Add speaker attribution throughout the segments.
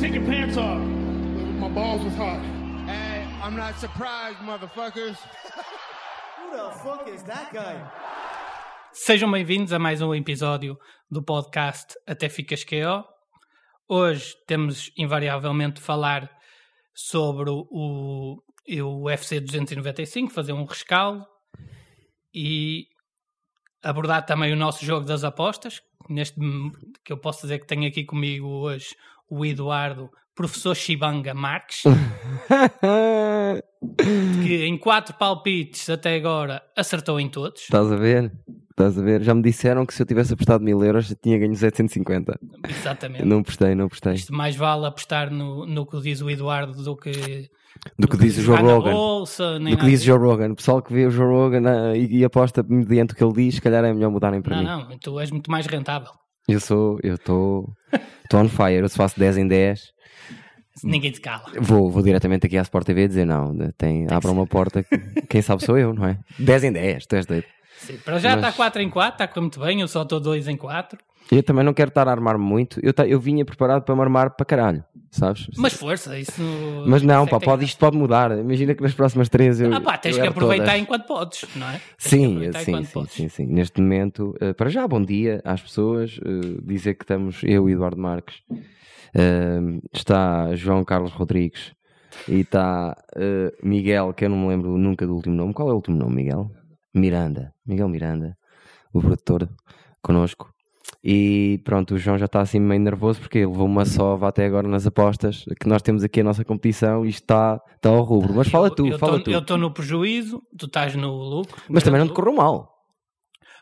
Speaker 1: take your pants off.
Speaker 2: My balls was hot.
Speaker 3: Hey, I'm not surprised, motherfuckers.
Speaker 4: Who the fuck is that guy?
Speaker 5: Sejam bem-vindos a mais um episódio do podcast Até Ficas KO. Hoje temos invariavelmente de falar sobre o, o UFC 295, fazer um rescaldo e abordar também o nosso jogo das apostas. Neste que eu posso dizer que tenho aqui comigo hoje o Eduardo, professor Shibanga Marques, que em quatro palpites até agora acertou em todos.
Speaker 6: Estás a ver? Estás a ver? Já me disseram que se eu tivesse apostado mil euros eu tinha ganho 750.
Speaker 5: Exatamente.
Speaker 6: Não prestei, não prestei.
Speaker 5: Isto mais vale apostar no, no que diz o Eduardo do que.
Speaker 6: Do que diz o Joe
Speaker 5: jogar na
Speaker 6: Rogan.
Speaker 5: bolsa, nem
Speaker 6: Do que
Speaker 5: nada
Speaker 6: diz o Joe Rogan. O pessoal que vê o Joe Rogan ah, e, e aposta mediante o que ele diz, se calhar é melhor mudarem para
Speaker 5: Não,
Speaker 6: mim.
Speaker 5: não, tu és muito mais rentável.
Speaker 6: Eu sou, eu estou estou on fire. Eu se faço 10 em 10,
Speaker 5: Assim, Ninguém te cala.
Speaker 6: vou, vou diretamente aqui à Sport TV dizer não, tem, abra uma porta, que- quem sabe sou eu, não é? 10 em 10, tu és doido.
Speaker 5: Sim, Assim, para já está
Speaker 6: Mas-
Speaker 5: 4 em 4, está a correr muito bem, eu só estou 2 em 4.
Speaker 6: Eu também não quero estar a armar-me muito. Eu, ta- eu vinha preparado para me armar para caralho, sabes?
Speaker 5: Mas força, isso. no-
Speaker 6: Mas não,
Speaker 5: isso é
Speaker 6: pá,
Speaker 5: que tem-
Speaker 6: pode, isto pode mudar. Imagina que nas próximas três eu.
Speaker 5: Ah, pá, tens
Speaker 6: eu
Speaker 5: que
Speaker 6: erro
Speaker 5: aproveitar
Speaker 6: todas.
Speaker 5: enquanto podes, não é? Tens que
Speaker 6: Sim,
Speaker 5: aproveitar
Speaker 6: sim,
Speaker 5: enquanto
Speaker 6: sim,
Speaker 5: podes.
Speaker 6: sim, sim. Neste momento, eh, para já, bom dia às pessoas. eh, dizer que estamos eu e Eduardo Marques. eh, está João Carlos Rodrigues e está eh, Miguel, que eu não me lembro nunca do último nome. Qual é o último nome, Miguel? Miranda. Miguel Miranda, o produtor, connosco. E pronto, o João já está assim meio nervoso porque ele levou uma sova até agora nas apostas. Que nós temos aqui a nossa competição e isto está, está ao rubro. Mas fala
Speaker 5: Tá. Eu-
Speaker 6: tu,
Speaker 5: eu
Speaker 6: fala
Speaker 5: tô-
Speaker 6: tu.
Speaker 5: Eu estou no prejuízo, tu estás no lucro.
Speaker 6: Mas também não te
Speaker 5: correu.
Speaker 6: correu mal.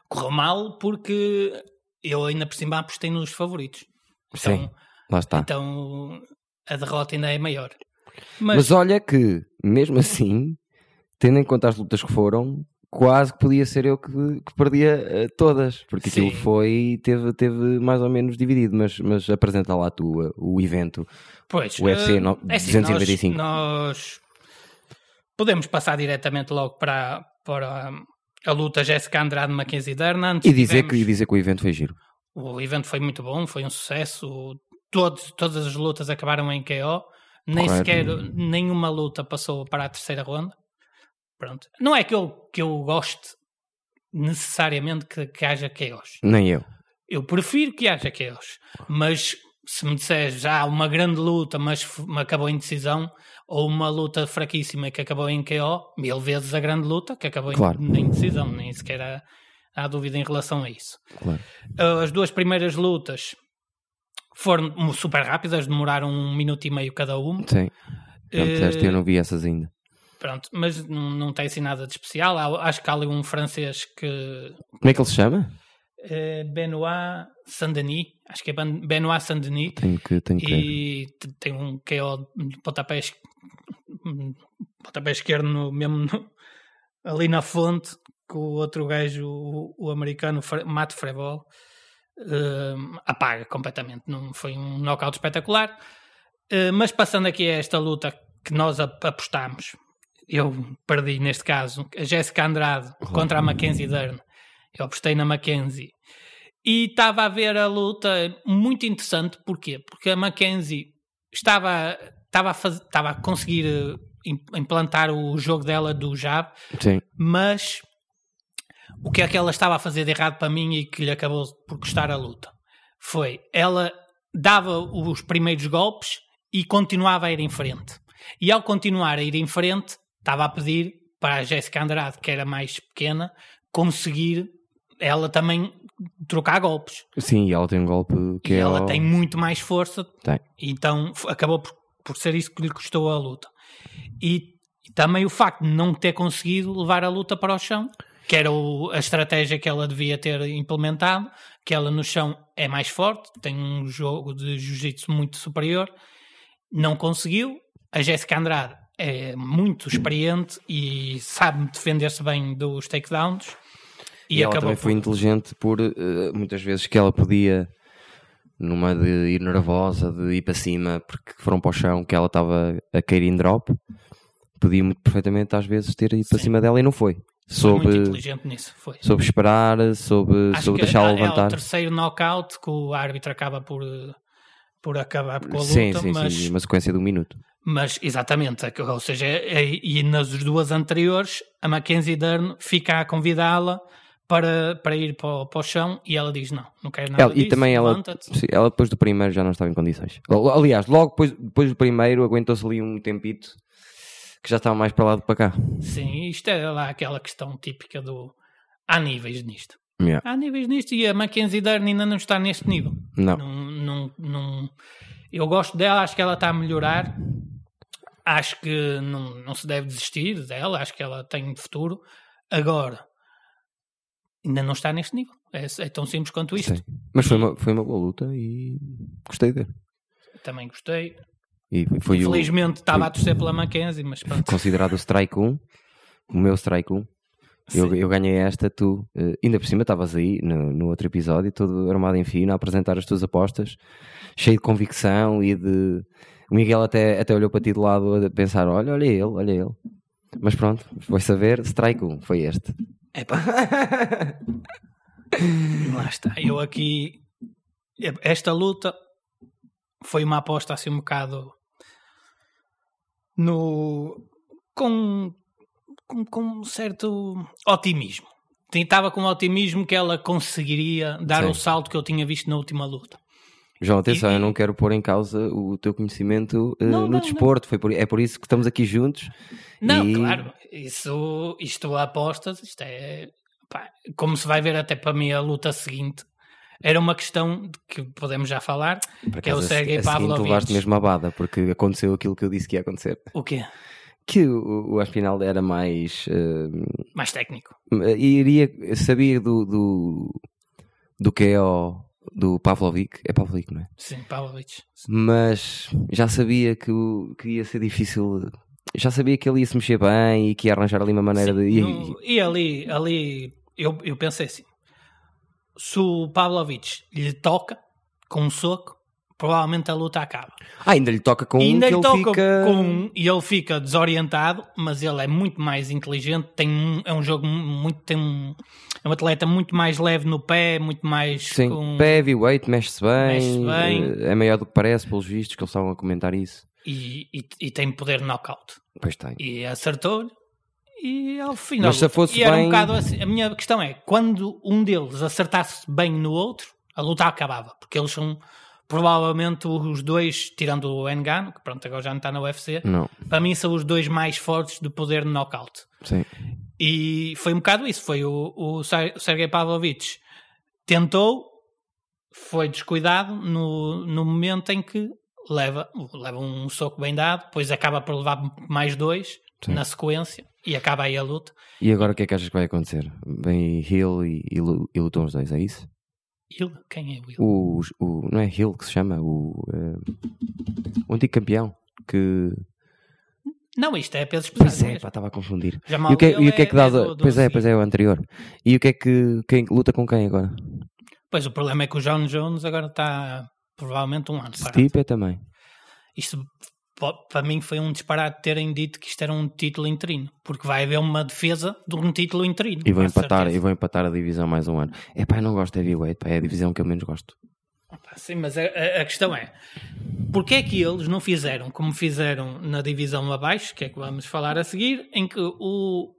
Speaker 5: Correu mal porque eu ainda por cima apostei nos favoritos. Então,
Speaker 6: Sim, lá está.
Speaker 5: então a derrota ainda é maior.
Speaker 6: Mas...
Speaker 5: Mas,
Speaker 6: olha que, mesmo assim, tendo em conta as lutas que foram, quase que podia ser eu que, que perdia eh, todas, porque
Speaker 5: Sim.
Speaker 6: aquilo foi, teve, teve mais ou menos dividido, mas, mas apresenta lá a tua, o evento.
Speaker 5: pois,
Speaker 6: UFC
Speaker 5: eh,
Speaker 6: no-
Speaker 5: é assim,
Speaker 6: 295.
Speaker 5: Nós, nós podemos passar diretamente logo para, para a luta Jéssica Andrade Mackenzie Dernan.
Speaker 6: E dizer, que, e dizer que o evento foi giro.
Speaker 5: O evento foi muito bom, foi um sucesso. Todos, todas as lutas acabaram em KO. Nem
Speaker 6: Correto.
Speaker 5: sequer nenhuma luta passou para a terceira ronda. Pronto. Não é que eu, que eu goste necessariamente que, que haja KOs.
Speaker 6: Nem eu.
Speaker 5: Eu prefiro que haja KOs. Mas se me disseres já há uma grande luta, mas f- acabou em decisão, ou uma luta fraquíssima que acabou em KO, mil vezes a grande luta que acabou em-
Speaker 6: Claro.
Speaker 5: em, decisão. Nem sequer há- há dúvida em relação a isso. Ah,
Speaker 6: Claro.
Speaker 5: As duas primeiras lutas foram super rápidas, demoraram um minuto e meio cada uma.
Speaker 6: Sim. Não disseste,
Speaker 5: Eh,
Speaker 6: eu não vi essas ainda.
Speaker 5: Pronto, mas não, não tem assim nada de especial. Há- Acho que há ali um francês que.
Speaker 6: Como é que ele se chama?
Speaker 5: eh, Benoit Saint-Denis, acho que é Ben- Benoit Saint-Denis,
Speaker 6: Tenho que, tenho que ver.
Speaker 5: e te- tem um KO de pontapé, es- pontapé esquerdo no- mesmo no- ali na fonte que o outro gajo, o, o americano Fre- Matt Frevol eh, apaga completamente. Não foi um knockout espetacular. Eh, mas passando aqui a esta luta que nós ap- apostámos, eu perdi neste caso a Jéssica Andrade contra a Mackenzie Dern. Eu apostei na Mackenzie e estava a ver a luta muito interessante, porquê? Porque a Mackenzie estava, estava, a, faz- estava a conseguir eh, im- implantar o jogo dela do jab,
Speaker 6: Sim.
Speaker 5: mas o que é que ela estava a fazer de errado para mim e que lhe acabou por custar a luta foi ela dava os primeiros golpes e continuava a ir em frente. E ao continuar a ir em frente, estava a pedir para a Jéssica Andrade, que era mais pequena, conseguir ela também trocar golpes.
Speaker 6: Sim, e ela tem um golpe que
Speaker 5: e
Speaker 6: é.
Speaker 5: ela
Speaker 6: o-
Speaker 5: tem muito mais força
Speaker 6: Tem.
Speaker 5: então f- acabou por, por ser isso que lhe custou a luta. E, e também o facto de não ter conseguido levar a luta para o chão, que era o- a estratégia que ela devia ter implementado, que ela no chão é mais forte, tem um jogo de jiu-jitsu muito superior, não conseguiu. A Jéssica Andrade é muito experiente e sabe defender-se bem dos takedowns.
Speaker 6: E, ela também
Speaker 5: por-
Speaker 6: foi inteligente por eh, muitas vezes que ela podia, numa de ir nervosa, de ir para cima, porque foram para o chão, que ela estava a cair em drop, podia muito perfeitamente às vezes ter ido para cima dela e não foi.
Speaker 5: foi muito
Speaker 6: Soube,
Speaker 5: inteligente nisso. Foi.
Speaker 6: soube esperar, soube,
Speaker 5: Acho
Speaker 6: soube
Speaker 5: que é-
Speaker 6: deixá-la
Speaker 5: É o
Speaker 6: levantar.
Speaker 5: terceiro knockout que o árbitro acaba por, eh, por acabar com a luta,
Speaker 6: sim, sim,
Speaker 5: mas,
Speaker 6: sim, uma sequência de um minuto.
Speaker 5: mas exatamente, é que- ou seja, é- é- e nas duas anteriores a Mackenzie Dern fica a convidá-la para, para ir para o, para o chão e ela diz não, não quero nada
Speaker 6: Ela-
Speaker 5: disso,
Speaker 6: e também ela,
Speaker 5: levanta-te.
Speaker 6: sim, ela depois do primeiro já não estava em condições. Al- Aliás, logo depois, depois do primeiro aguentou-se ali um tempito que já estava mais para lá do que para cá.
Speaker 5: Sim, isto é lá aquela questão típica do há níveis nisto.
Speaker 6: Yeah.
Speaker 5: Há níveis nisto e a Mackenzie Dern ainda não está neste nível.
Speaker 6: Não.
Speaker 5: Não, não, não- eu gosto dela, acho que ela está a melhorar. Acho que não, não se deve desistir dela, acho que ela tem futuro. Agora, ainda não está neste nível. É, é tão simples quanto isto.
Speaker 6: Sim. Mas foi uma, foi uma boa luta e gostei dele.
Speaker 5: Também gostei.
Speaker 6: E foi o-
Speaker 5: Felizmente estava a torcer pela Mackenzie, mas pronto.
Speaker 6: considerado o Strike 1, o meu Strike 1. Eu, eu ganhei esta, tu eh, ainda por cima estavas aí no, no outro episódio, todo armado em fino, a apresentar as tuas apostas, cheio de convicção e de. O Miguel até, até olhou para ti de lado a pensar: olha, olha ele, olha ele. Mas pronto, foi saber, Strike 1 foi este.
Speaker 5: Epá. Lá está. Eu aqui. Esta luta foi uma aposta assim um bocado. No. Com. Com, com um certo otimismo. Tentava com um otimismo que ela conseguiria dar
Speaker 6: Sim.
Speaker 5: o salto que eu tinha visto na última luta.
Speaker 6: João, atenção,
Speaker 5: E-
Speaker 6: eu não quero pôr em causa o teu conhecimento eh,
Speaker 5: Não,
Speaker 6: no
Speaker 5: não,
Speaker 6: desporto, Foi por- é por isso que estamos aqui juntos.
Speaker 5: Não,
Speaker 6: e-
Speaker 5: claro. Isso, isto a apostas, isto é. pá, como se vai ver até para mim a luta seguinte. Era uma questão de que podemos já falar,
Speaker 6: Por
Speaker 5: que é o
Speaker 6: acaso, a se-
Speaker 5: Sergei
Speaker 6: a seguinte levaste
Speaker 5: Pavlovich.
Speaker 6: mesmo a bada, porque aconteceu aquilo que eu disse que ia acontecer.
Speaker 5: O quê?
Speaker 6: que o, o Aspinal era mais eh,
Speaker 5: Mais técnico.
Speaker 6: iria sabia do do do que é o do Pavlovic é Pavlovic não é
Speaker 5: Sim, Pavlovich.
Speaker 6: mas já sabia que o- que ia ser difícil já sabia que ele ia se mexer bem e que ia arranjar ali uma maneira
Speaker 5: Sim,
Speaker 6: de e-
Speaker 5: no- e ali, ali eu, eu pensei assim: se o Pavlovich lhe toca com um soco, provavelmente a luta acaba.
Speaker 6: Ah, ainda lhe toca com
Speaker 5: e
Speaker 6: um
Speaker 5: ainda
Speaker 6: que
Speaker 5: lhe
Speaker 6: ele
Speaker 5: toca
Speaker 6: fica
Speaker 5: com um e ele fica desorientado, mas ele é muito mais inteligente, tem um- é um jogo muito. Tem um, é um atleta muito mais leve no pé, muito mais.
Speaker 6: Sim,
Speaker 5: com- um
Speaker 6: pé heavyweight, mexe-se bem,
Speaker 5: Mexe-se bem.
Speaker 6: eh, é maior do que parece, pelos vistos que eles estavam a comentar isso.
Speaker 5: e, e, e tem poder de knockout.
Speaker 6: Pois tem.
Speaker 5: e acertou-lhe e ao final
Speaker 6: Mas se fosse
Speaker 5: e era um
Speaker 6: bem-
Speaker 5: bocado assim, a minha questão é quando um deles acertasse bem no outro a luta acabava porque eles são provavelmente os dois tirando o Engano que pronto agora já não está na UFC
Speaker 6: Não,
Speaker 5: para mim são os dois mais fortes do poder de knockout
Speaker 6: sim.
Speaker 5: e foi um bocado isso. Foi o, o Ser- o Sergei Pavlovich tentou, foi descuidado no, no momento em que leva, leva um soco bem dado, depois acaba por levar mais dois
Speaker 6: Sim.
Speaker 5: na sequência e acaba aí a luta.
Speaker 6: E agora o que é que achas que vai acontecer? Vem Hill e, e, lu- e lutam os dois, é isso?
Speaker 5: Ele, quem é o Will?
Speaker 6: o, o- não é Hill que se chama o, eh, o antigo campeão que
Speaker 5: Não, isto é pesos pesados.
Speaker 6: pois é,
Speaker 5: mesmo.
Speaker 6: pá, estava a confundir
Speaker 5: Jamal
Speaker 6: e o que, é-
Speaker 5: Hill
Speaker 6: e o que é que dá
Speaker 5: do- do
Speaker 6: pois é,
Speaker 5: UFC.
Speaker 6: pois é, o anterior e o que é que quem luta com quem agora?
Speaker 5: Pois o problema é que o John Jones agora está provavelmente um ano parado.
Speaker 6: Stipe é também
Speaker 5: isto po- para mim foi um disparate terem dito que isto era um título interino, porque vai haver uma defesa de um título interino.
Speaker 6: e vou
Speaker 5: com
Speaker 6: empatar, e
Speaker 5: certeza.
Speaker 6: vou empatar a divisão mais um ano é pá, eu não gosto de heavyweight, pá, é a divisão que eu menos gosto
Speaker 5: Pá, Sim, mas a, a- a questão é porque é que eles não fizeram como fizeram na divisão abaixo, que é que vamos falar a seguir, em que o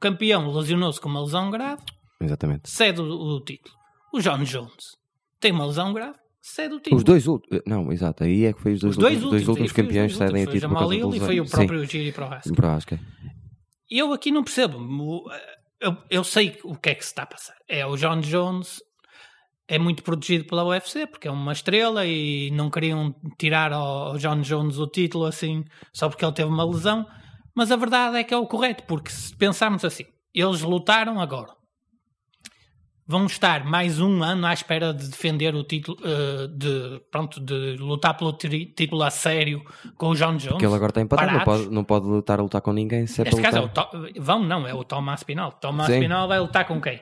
Speaker 5: campeão lesionou-se com uma lesão grave,
Speaker 6: exatamente
Speaker 5: cede o, o título. O John Jones tem uma lesão grave, cede o título.
Speaker 6: os dois últimos, não, exato, aí é que foi os
Speaker 5: Os
Speaker 6: dois,
Speaker 5: dois
Speaker 6: últimos, dois últimos
Speaker 5: e foi os
Speaker 6: campeões que
Speaker 5: dois
Speaker 6: cedem a
Speaker 5: últimos,
Speaker 6: título
Speaker 5: Foi o
Speaker 6: por
Speaker 5: Jamal
Speaker 6: causa
Speaker 5: Hill e
Speaker 6: das
Speaker 5: foi o
Speaker 6: lesões.
Speaker 5: próprio Giri Prohaska.
Speaker 6: Sim, para acho que é.
Speaker 5: eu aqui não percebo. O- Eu, eu sei o que é que se está a passar. É o John Jones é muito protegido pela UFC porque é uma estrela e não queriam tirar ao, ao John Jones o título assim só porque ele teve uma lesão. Mas a verdade é que é o correto porque se pensarmos assim, eles lutaram agora. Vão estar mais um ano à espera de defender o título, eh, de, pronto, de lutar pelo tri- título a sério com o John Jones.
Speaker 6: porque ele agora está empatado, não
Speaker 5: Parados.
Speaker 6: pode, não pode lutar a lutar com ninguém se é para
Speaker 5: Neste caso é
Speaker 6: lutar.
Speaker 5: o To- vão não, é o Thomas Pinal. Thomas
Speaker 6: Sim.
Speaker 5: Pinal vai lutar com quem?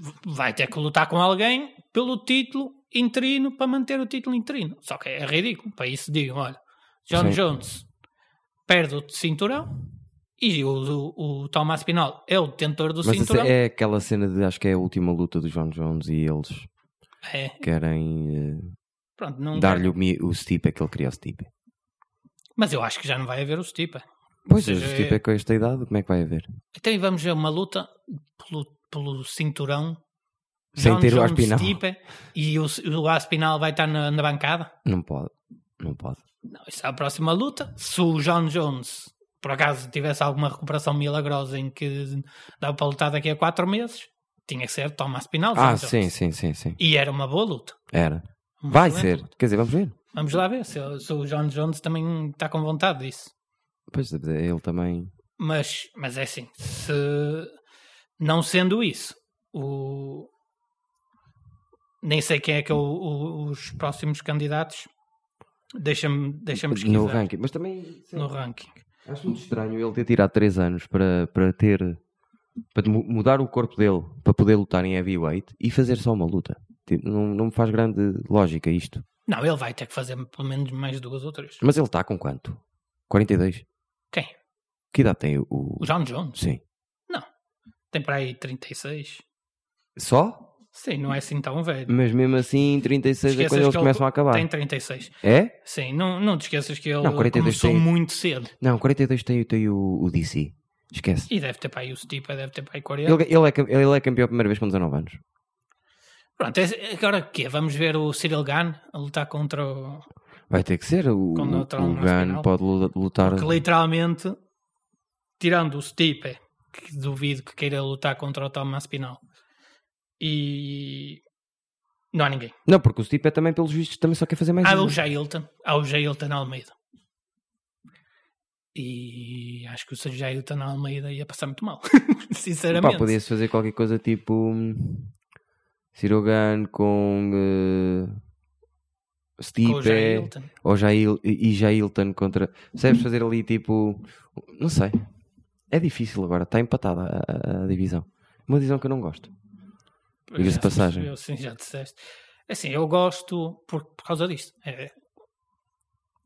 Speaker 5: V- Vai ter que lutar com alguém pelo título interino para manter o título interino. Só que é ridículo. Para isso digam, olha, John
Speaker 6: Sim.
Speaker 5: Jones perde o cinturão e o, o, o Thomas Pinal é o detentor do
Speaker 6: Mas
Speaker 5: cinturão.
Speaker 6: essa é aquela cena de acho que é a última luta do John Jones e eles
Speaker 5: É.
Speaker 6: querem eh,
Speaker 5: Pronto, não
Speaker 6: Dar-lhe o, mi- o Stipe é que ele queria o Stipe.
Speaker 5: Mas eu acho que já não vai haver o Stipa.
Speaker 6: Pois,
Speaker 5: seja,
Speaker 6: o Stipe é com esta idade, como é que vai haver?
Speaker 5: Então e vamos ver uma luta pelo, pelo cinturão.
Speaker 6: Sem ter o Aspinal.
Speaker 5: Stipe, e o, o Aspinal vai estar na, na bancada.
Speaker 6: Não pode. Não pode.
Speaker 5: Não, isso é a próxima luta. Se o John Jones, por acaso, tivesse alguma recuperação milagrosa em que dava para lutar daqui a quatro meses, tinha que ser Tom Aspinal. John
Speaker 6: Ah,
Speaker 5: Jones.
Speaker 6: sim, sim, sim, sim.
Speaker 5: E era uma boa luta.
Speaker 6: Era.
Speaker 5: Uma
Speaker 6: Vai
Speaker 5: excelente
Speaker 6: ser. Quer dizer, vamos ver.
Speaker 5: Vamos lá ver se, se o John Jones também está com vontade disso.
Speaker 6: Pois, ele também.
Speaker 5: Mas, mas é assim, se não sendo isso, o... nem sei quem é que é o- o- os próximos candidatos. Deixa-me deixa pesquisar
Speaker 6: No ranking. Mas também. sei
Speaker 5: no
Speaker 6: lá,
Speaker 5: ranking.
Speaker 6: Acho muito estranho ele ter tirado 3 anos para, para ter. para mu- mudar o corpo dele para poder lutar em heavyweight e fazer só uma luta. Tipo, Não, não me faz grande lógica isto.
Speaker 5: Não, ele vai ter que fazer pelo menos mais duas ou três.
Speaker 6: Mas ele está com quanto? 42.
Speaker 5: Quem?
Speaker 6: Que idade tem o. o-
Speaker 5: O John Jones.
Speaker 6: Sim.
Speaker 5: Tem para aí 36.
Speaker 6: Só?
Speaker 5: Sim, não é assim tão velho.
Speaker 6: Mas mesmo assim, 36 é
Speaker 5: Esqueças
Speaker 6: quando eles
Speaker 5: que ele
Speaker 6: começam a acabar.
Speaker 5: Tem 36.
Speaker 6: É?
Speaker 5: Sim, não, não te esqueças que ele
Speaker 6: Não, 42
Speaker 5: começou
Speaker 6: tem-
Speaker 5: muito cedo.
Speaker 6: Não, 42 tem, tem o, o DC. Esquece.
Speaker 5: E deve ter para aí o Stipa, deve ter para aí 40.
Speaker 6: Ele, ele é, cam- ele é campeão a primeira vez com 19 anos.
Speaker 5: Pronto, é- agora o quê? Vamos ver o Cyril Gane a lutar contra o...
Speaker 6: Vai ter que ser. O,
Speaker 5: Com
Speaker 6: o,
Speaker 5: neutral
Speaker 6: o
Speaker 5: no
Speaker 6: Gunn
Speaker 5: final.
Speaker 6: pode lu- lutar.
Speaker 5: Que literalmente, tirando o Stipe, que duvido que queira lutar contra o Thomas Pinal, e... Não há ninguém.
Speaker 6: Não, porque o Stipe é também, pelos vistos, também só quer fazer mais um, né?
Speaker 5: Há
Speaker 6: uma.
Speaker 5: o Jailton, há o Jailton Almeida. E acho que o Jailton Almeida ia passar muito mal, sinceramente.
Speaker 6: Pá, podia-se fazer qualquer coisa tipo. hum, Cirogan com. eh,
Speaker 5: Com o
Speaker 6: Stipe.
Speaker 5: Jailton.
Speaker 6: Ou Jail, e Jailton contra. Percebes fazer ali tipo. Não sei. É difícil agora. Está empatada a, a- a divisão. Uma divisão que eu não gosto.
Speaker 5: Pois é, já
Speaker 6: Diga-se de passagem.
Speaker 5: percebeu, sim, já disseste. Assim, eu gosto por, por causa disto. É,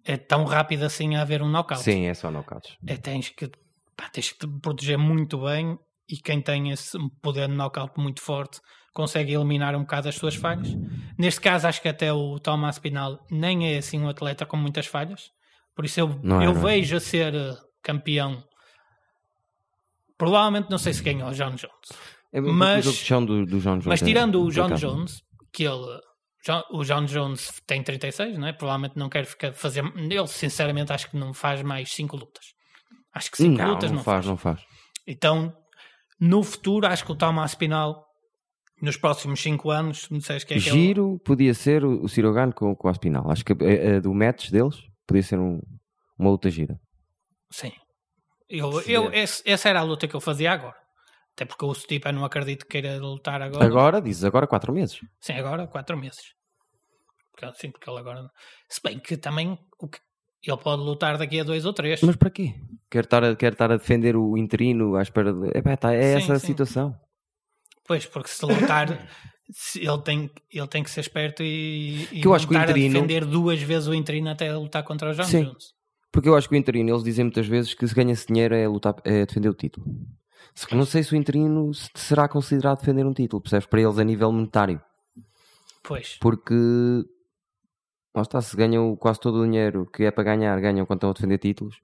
Speaker 5: é tão rápido assim a haver um knockout.
Speaker 6: Sim, é só knockouts.
Speaker 5: É, tens, que, pá, tens que te proteger muito bem e quem tem esse poder de knockout muito forte consegue eliminar um bocado as suas falhas. Neste caso, acho que até o Thomas Pinal nem é assim um atleta com muitas falhas. Por isso eu,
Speaker 6: Não é,
Speaker 5: eu
Speaker 6: não é.
Speaker 5: vejo a ser eh, campeão. Provavelmente não sei se ganhou o John Jones.
Speaker 6: É muito
Speaker 5: Mas-
Speaker 6: jogo de chão do, do John Jones.
Speaker 5: Mas
Speaker 6: é
Speaker 5: tirando o John
Speaker 6: complicado.
Speaker 5: Jones, que ele. Jo- O John Jones tem 36, não é? Provavelmente não quer ficar fazer. Ele, sinceramente, acho que não faz mais 5 lutas. Acho que 5
Speaker 6: Não,
Speaker 5: lutas
Speaker 6: não,
Speaker 5: não
Speaker 6: faz, não faz.
Speaker 5: Então, no futuro, acho que o Thomas Pinal, nos próximos 5 anos, se me disseres que é aquele-
Speaker 6: Giro podia ser o, o Cirogan com, com a Aspinal. Acho que a, a do match deles podia ser um- uma luta gira.
Speaker 5: Sim. Eu, eu, esse- essa era a luta que eu fazia agora. Até porque o Stipe não acredito que queira lutar agora.
Speaker 6: Agora, dizes, agora 4 meses.
Speaker 5: Sim, agora 4 meses. Porque, sim, porque ele agora. Se bem que também o que... ele pode lutar daqui a 2 ou 3.
Speaker 6: Mas para quê? Quero estar a, quero estar a defender o interino à espera de. Epá, tá, é
Speaker 5: Sim,
Speaker 6: essa a
Speaker 5: sim.
Speaker 6: situação.
Speaker 5: Pois, porque se lutar, se ele, tem, ele tem que ser esperto e, e
Speaker 6: Que eu acho que o
Speaker 5: lutar a
Speaker 6: interino-
Speaker 5: defender duas vezes o interino até lutar contra o John
Speaker 6: Sim.
Speaker 5: Jones.
Speaker 6: Porque eu acho que o interino, eles dizem muitas vezes que se ganha-se dinheiro é, lutar, é defender o título. Só que não sei se o interino se- será considerado defender um título, percebes? Para eles a nível monetário.
Speaker 5: Pois,
Speaker 6: porque lá está, se ganham quase todo o dinheiro que é para ganhar, ganham quando estão a defender títulos,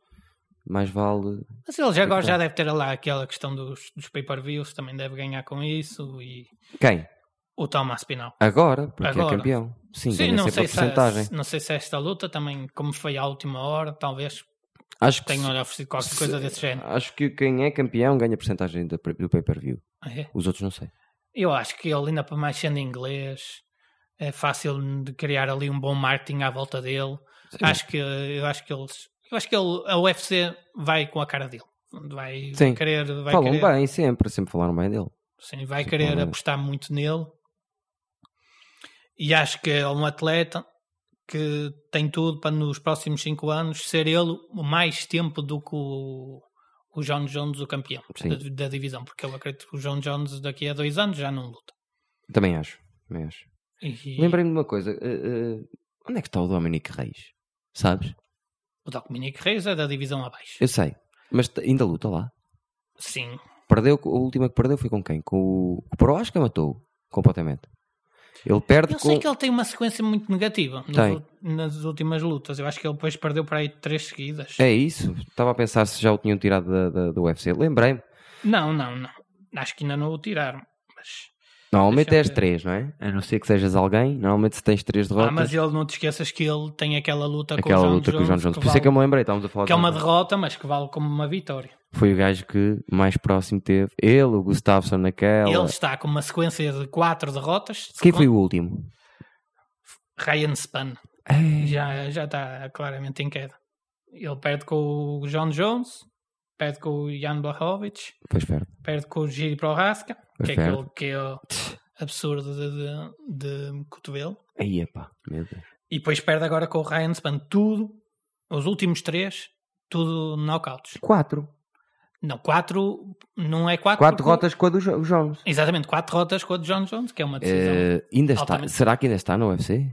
Speaker 6: mais vale.
Speaker 5: mas ele já agora
Speaker 6: Muito
Speaker 5: já deve ter lá aquela questão dos, dos pay-per-views, também deve ganhar com isso e
Speaker 6: Quem?
Speaker 5: o Thomas Pinal.
Speaker 6: Agora, porque
Speaker 5: Agora.
Speaker 6: é campeão. Sim,
Speaker 5: Sim,
Speaker 6: ganha
Speaker 5: não
Speaker 6: sempre a
Speaker 5: sei, se,
Speaker 6: porcentagem.
Speaker 5: não sei se esta luta também, como foi à última hora, talvez
Speaker 6: Acho que
Speaker 5: tenham oferecido qualquer
Speaker 6: se-
Speaker 5: coisa desse género.
Speaker 6: Acho que quem é campeão ganha porcentagem do pay-per-view.
Speaker 5: É.
Speaker 6: Os outros não sei.
Speaker 5: Eu acho que ele ainda para mais sendo inglês, é fácil de criar ali um bom marketing à volta dele. Acho que eu acho que eles, eu acho que ele, a UFC vai com a cara dele. Vai
Speaker 6: Sim.
Speaker 5: querer, vai
Speaker 6: Falam
Speaker 5: querer,
Speaker 6: bem sempre, sempre falaram bem dele.
Speaker 5: sim, vai
Speaker 6: Sim,
Speaker 5: querer
Speaker 6: falam bem.
Speaker 5: apostar muito nele. E acho que é um atleta que tem tudo para nos próximos cinco anos ser ele mais tempo do que o, o John Jones o campeão
Speaker 6: Sim.
Speaker 5: da, da divisão, porque eu acredito que o John Jones daqui a dois anos já não luta.
Speaker 6: Também acho. Também acho.
Speaker 5: E-
Speaker 6: Lembrei-me de uma coisa. eh, eh, onde é que está o Dominic Reis? Sabes?
Speaker 5: O Dominic Reis é da divisão abaixo.
Speaker 6: Eu sei. Mas t- ainda luta lá.
Speaker 5: Sim.
Speaker 6: Perdeu, a última que perdeu foi com quem? Com o, o Proasca matou completamente. Ele perde
Speaker 5: Eu
Speaker 6: com.
Speaker 5: sei que ele tem uma sequência muito negativa nos
Speaker 6: Tem.
Speaker 5: ul- nas últimas lutas. Eu acho que ele depois perdeu para aí três seguidas.
Speaker 6: É isso. Estava a pensar se já o tinham tirado da, da- do UFC. Lembrei-me.
Speaker 5: Não, não, não. Acho que ainda não o tiraram. Mas...
Speaker 6: Normalmente
Speaker 5: Deixa eu
Speaker 6: és
Speaker 5: ver.
Speaker 6: 3, não é? A não ser que sejas alguém. Normalmente se tens 3 derrotas.
Speaker 5: Ah, mas ele não te esqueças que ele tem aquela luta
Speaker 6: Aquela
Speaker 5: com o John
Speaker 6: luta
Speaker 5: Jones,
Speaker 6: com o John Jones.
Speaker 5: Que,
Speaker 6: Por isso é que eu
Speaker 5: vale-
Speaker 6: me lembrei. Estávamos a falar
Speaker 5: que é
Speaker 6: do-
Speaker 5: uma derrota, mas que vale como uma vitória.
Speaker 6: Foi o gajo que mais próximo teve. Ele, o Gustafsson naquela.
Speaker 5: Ele está com uma sequência de quatro derrotas.
Speaker 6: Quem foi o último?
Speaker 5: Ryan Span.
Speaker 6: Ei,
Speaker 5: Já, já está claramente em queda. Ele perde com o John Jones, perde com o Jan Blachowicz,
Speaker 6: Pois perde.
Speaker 5: perde com o Giri Prohaska, que é
Speaker 6: Perde.
Speaker 5: aquele que é o absurdo de, de, de cotovelo.
Speaker 6: Aí, epá. Meu Deus.
Speaker 5: E depois perde agora com o Ryan Span. Tudo, os últimos três, tudo knockouts.
Speaker 6: 4.
Speaker 5: Não, quatro, não é quatro.
Speaker 6: 4
Speaker 5: porque-
Speaker 6: derrotas com a do Jo- Jones.
Speaker 5: Exatamente, quatro derrotas com o John Jones, que é uma decisão.
Speaker 6: Eh, ainda está.
Speaker 5: Altamente.
Speaker 6: Será que ainda está no UFC?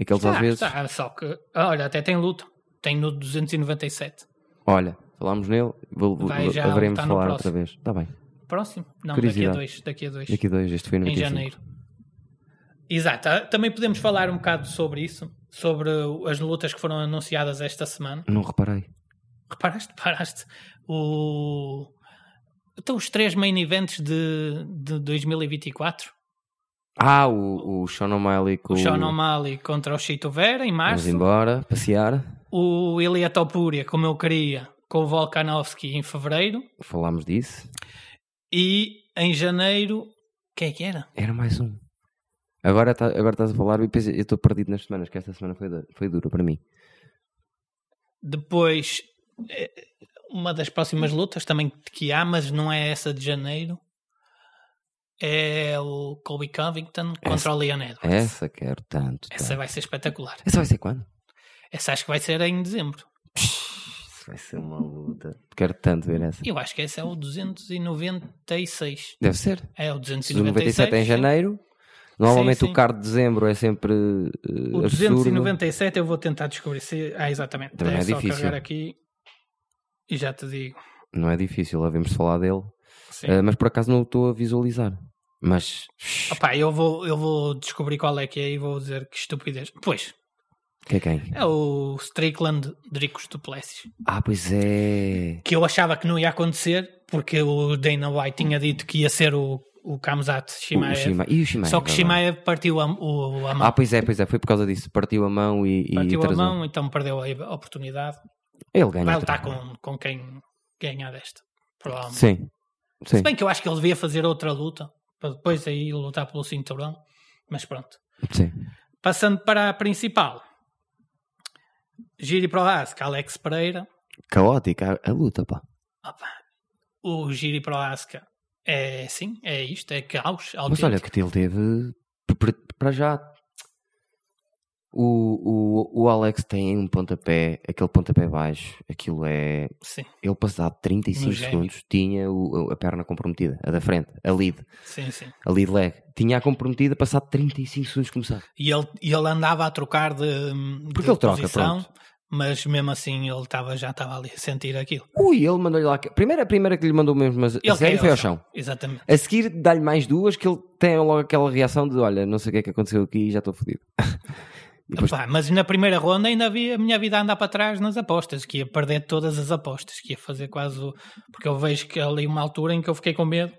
Speaker 6: Aqueles às
Speaker 5: Ah,
Speaker 6: vezes.
Speaker 5: está, só que, olha, até tem luta. Tem no 297.
Speaker 6: Olha, falámos nele. Vou, vou,
Speaker 5: Vai já
Speaker 6: haveremos
Speaker 5: lutar
Speaker 6: de
Speaker 5: no
Speaker 6: falar
Speaker 5: próximo.
Speaker 6: outra vez. Está bem.
Speaker 5: Próximo? Não, daqui a
Speaker 6: Curiosidade.
Speaker 5: dois. Daqui a dois.
Speaker 6: Daqui a dois. Este foi no
Speaker 5: em
Speaker 6: 25.
Speaker 5: janeiro. Exato. Ah, Também podemos falar um bocado sobre isso, sobre as lutas que foram anunciadas esta semana.
Speaker 6: Não reparei.
Speaker 5: Reparaste? Paraste? O... Então, os três main events de, de 2024.
Speaker 6: Ah, o, o Sean O'Malley com
Speaker 5: O Sean O'Malley contra o Chito Vera, em
Speaker 6: Vamos
Speaker 5: março.
Speaker 6: embora, passear.
Speaker 5: O Ilia Topuria, como eu queria, com o Volkanovski, em fevereiro.
Speaker 6: Falámos disso.
Speaker 5: E, em janeiro, quem é que era?
Speaker 6: Era mais um. Agora, tá- agora estás a falar e pensei, eu estou perdido nas semanas, que esta semana foi, du- foi dura para mim.
Speaker 5: Depois, eh, uma das próximas lutas também que há, mas não é essa de janeiro, é o Colby Covington contra
Speaker 6: Essa- é?
Speaker 5: o Leon Edwards.
Speaker 6: Essa quero tanto. tanto.
Speaker 5: Essa vai ser espetacular.
Speaker 6: Essa vai ser quando?
Speaker 5: Essa acho que vai ser em dezembro.
Speaker 6: Isso vai ser uma luta. Quero tanto ver essa.
Speaker 5: Eu acho que esse é o 296.
Speaker 6: Deve ser.
Speaker 5: É o 296.
Speaker 6: 97 em
Speaker 5: sim.
Speaker 6: janeiro. Normalmente
Speaker 5: Sim, sim.
Speaker 6: o card de dezembro é sempre eh,
Speaker 5: O
Speaker 6: absurdo.
Speaker 5: 297 eu vou tentar descobrir se. Ah, exatamente.
Speaker 6: Também
Speaker 5: é
Speaker 6: é
Speaker 5: só
Speaker 6: difícil.
Speaker 5: carregar aqui e já te digo.
Speaker 6: Não é difícil, havíamos de falar dele.
Speaker 5: Sim.
Speaker 6: Eh, mas por acaso não o estou a visualizar. Mas
Speaker 5: Opa, eu vou, eu vou descobrir qual é que é e vou dizer que estupidez. Pois,
Speaker 6: que é quem?
Speaker 5: É o Strickland Dricos Duplessis.
Speaker 6: Ah, pois é.
Speaker 5: Que eu achava que não ia acontecer, porque o Dana White tinha dito que ia ser o, o Kamzat
Speaker 6: O
Speaker 5: Shimaev.
Speaker 6: Shima... E o Shimaev?
Speaker 5: é. Só que
Speaker 6: agora?
Speaker 5: Shimaev partiu a, o, a mão.
Speaker 6: Ah, pois é, pois é, foi por causa disso. Partiu a mão e, e
Speaker 5: partiu a
Speaker 6: atrasou.
Speaker 5: mão, então perdeu a oportunidade.
Speaker 6: Ele ganha.
Speaker 5: Vai
Speaker 6: outra.
Speaker 5: lutar com, com quem ganhar desta. Provavelmente.
Speaker 6: Sim. Sim.
Speaker 5: Se bem que eu acho que ele devia fazer outra luta, para depois aí lutar pelo cinturão. Mas pronto.
Speaker 6: Sim.
Speaker 5: Passando para a principal. Giri Prohaska, Alex Pereira.
Speaker 6: Caótica a, a luta, pá.
Speaker 5: Opa, o Giri Proasca é sim, é isto, é caos.
Speaker 6: Mas olha que ele teve p- p- para já. O, o, o Alex tem um pontapé, aquele pontapé baixo, aquilo é.
Speaker 5: Sim,
Speaker 6: Ele passado 35
Speaker 5: Nojento.
Speaker 6: segundos tinha o- a perna comprometida, a da frente, a lead,
Speaker 5: sim, sim.
Speaker 6: a lead leg. Tinha a comprometida passado 35 segundos de começar.
Speaker 5: E ele, e ele andava a trocar de,
Speaker 6: Porque
Speaker 5: de
Speaker 6: ele troca,
Speaker 5: posição,
Speaker 6: pronto.
Speaker 5: mas mesmo assim ele tava, já estava ali a sentir aquilo.
Speaker 6: Ui, ele mandou-lhe lá. que- Primeiro, a primeira que lhe mandou mesmo, mas
Speaker 5: Ele
Speaker 6: a sério
Speaker 5: caiu
Speaker 6: foi ao chão.
Speaker 5: Exatamente.
Speaker 6: A seguir dá-lhe mais duas que ele tem logo aquela reação de olha, não sei o que é que aconteceu aqui e já estou fodido. Depois-
Speaker 5: Epá, mas na primeira ronda ainda havia a minha vida a andar para trás nas apostas, que ia perder todas as apostas, que ia fazer quase o... Porque eu vejo que ali uma altura em que eu fiquei com medo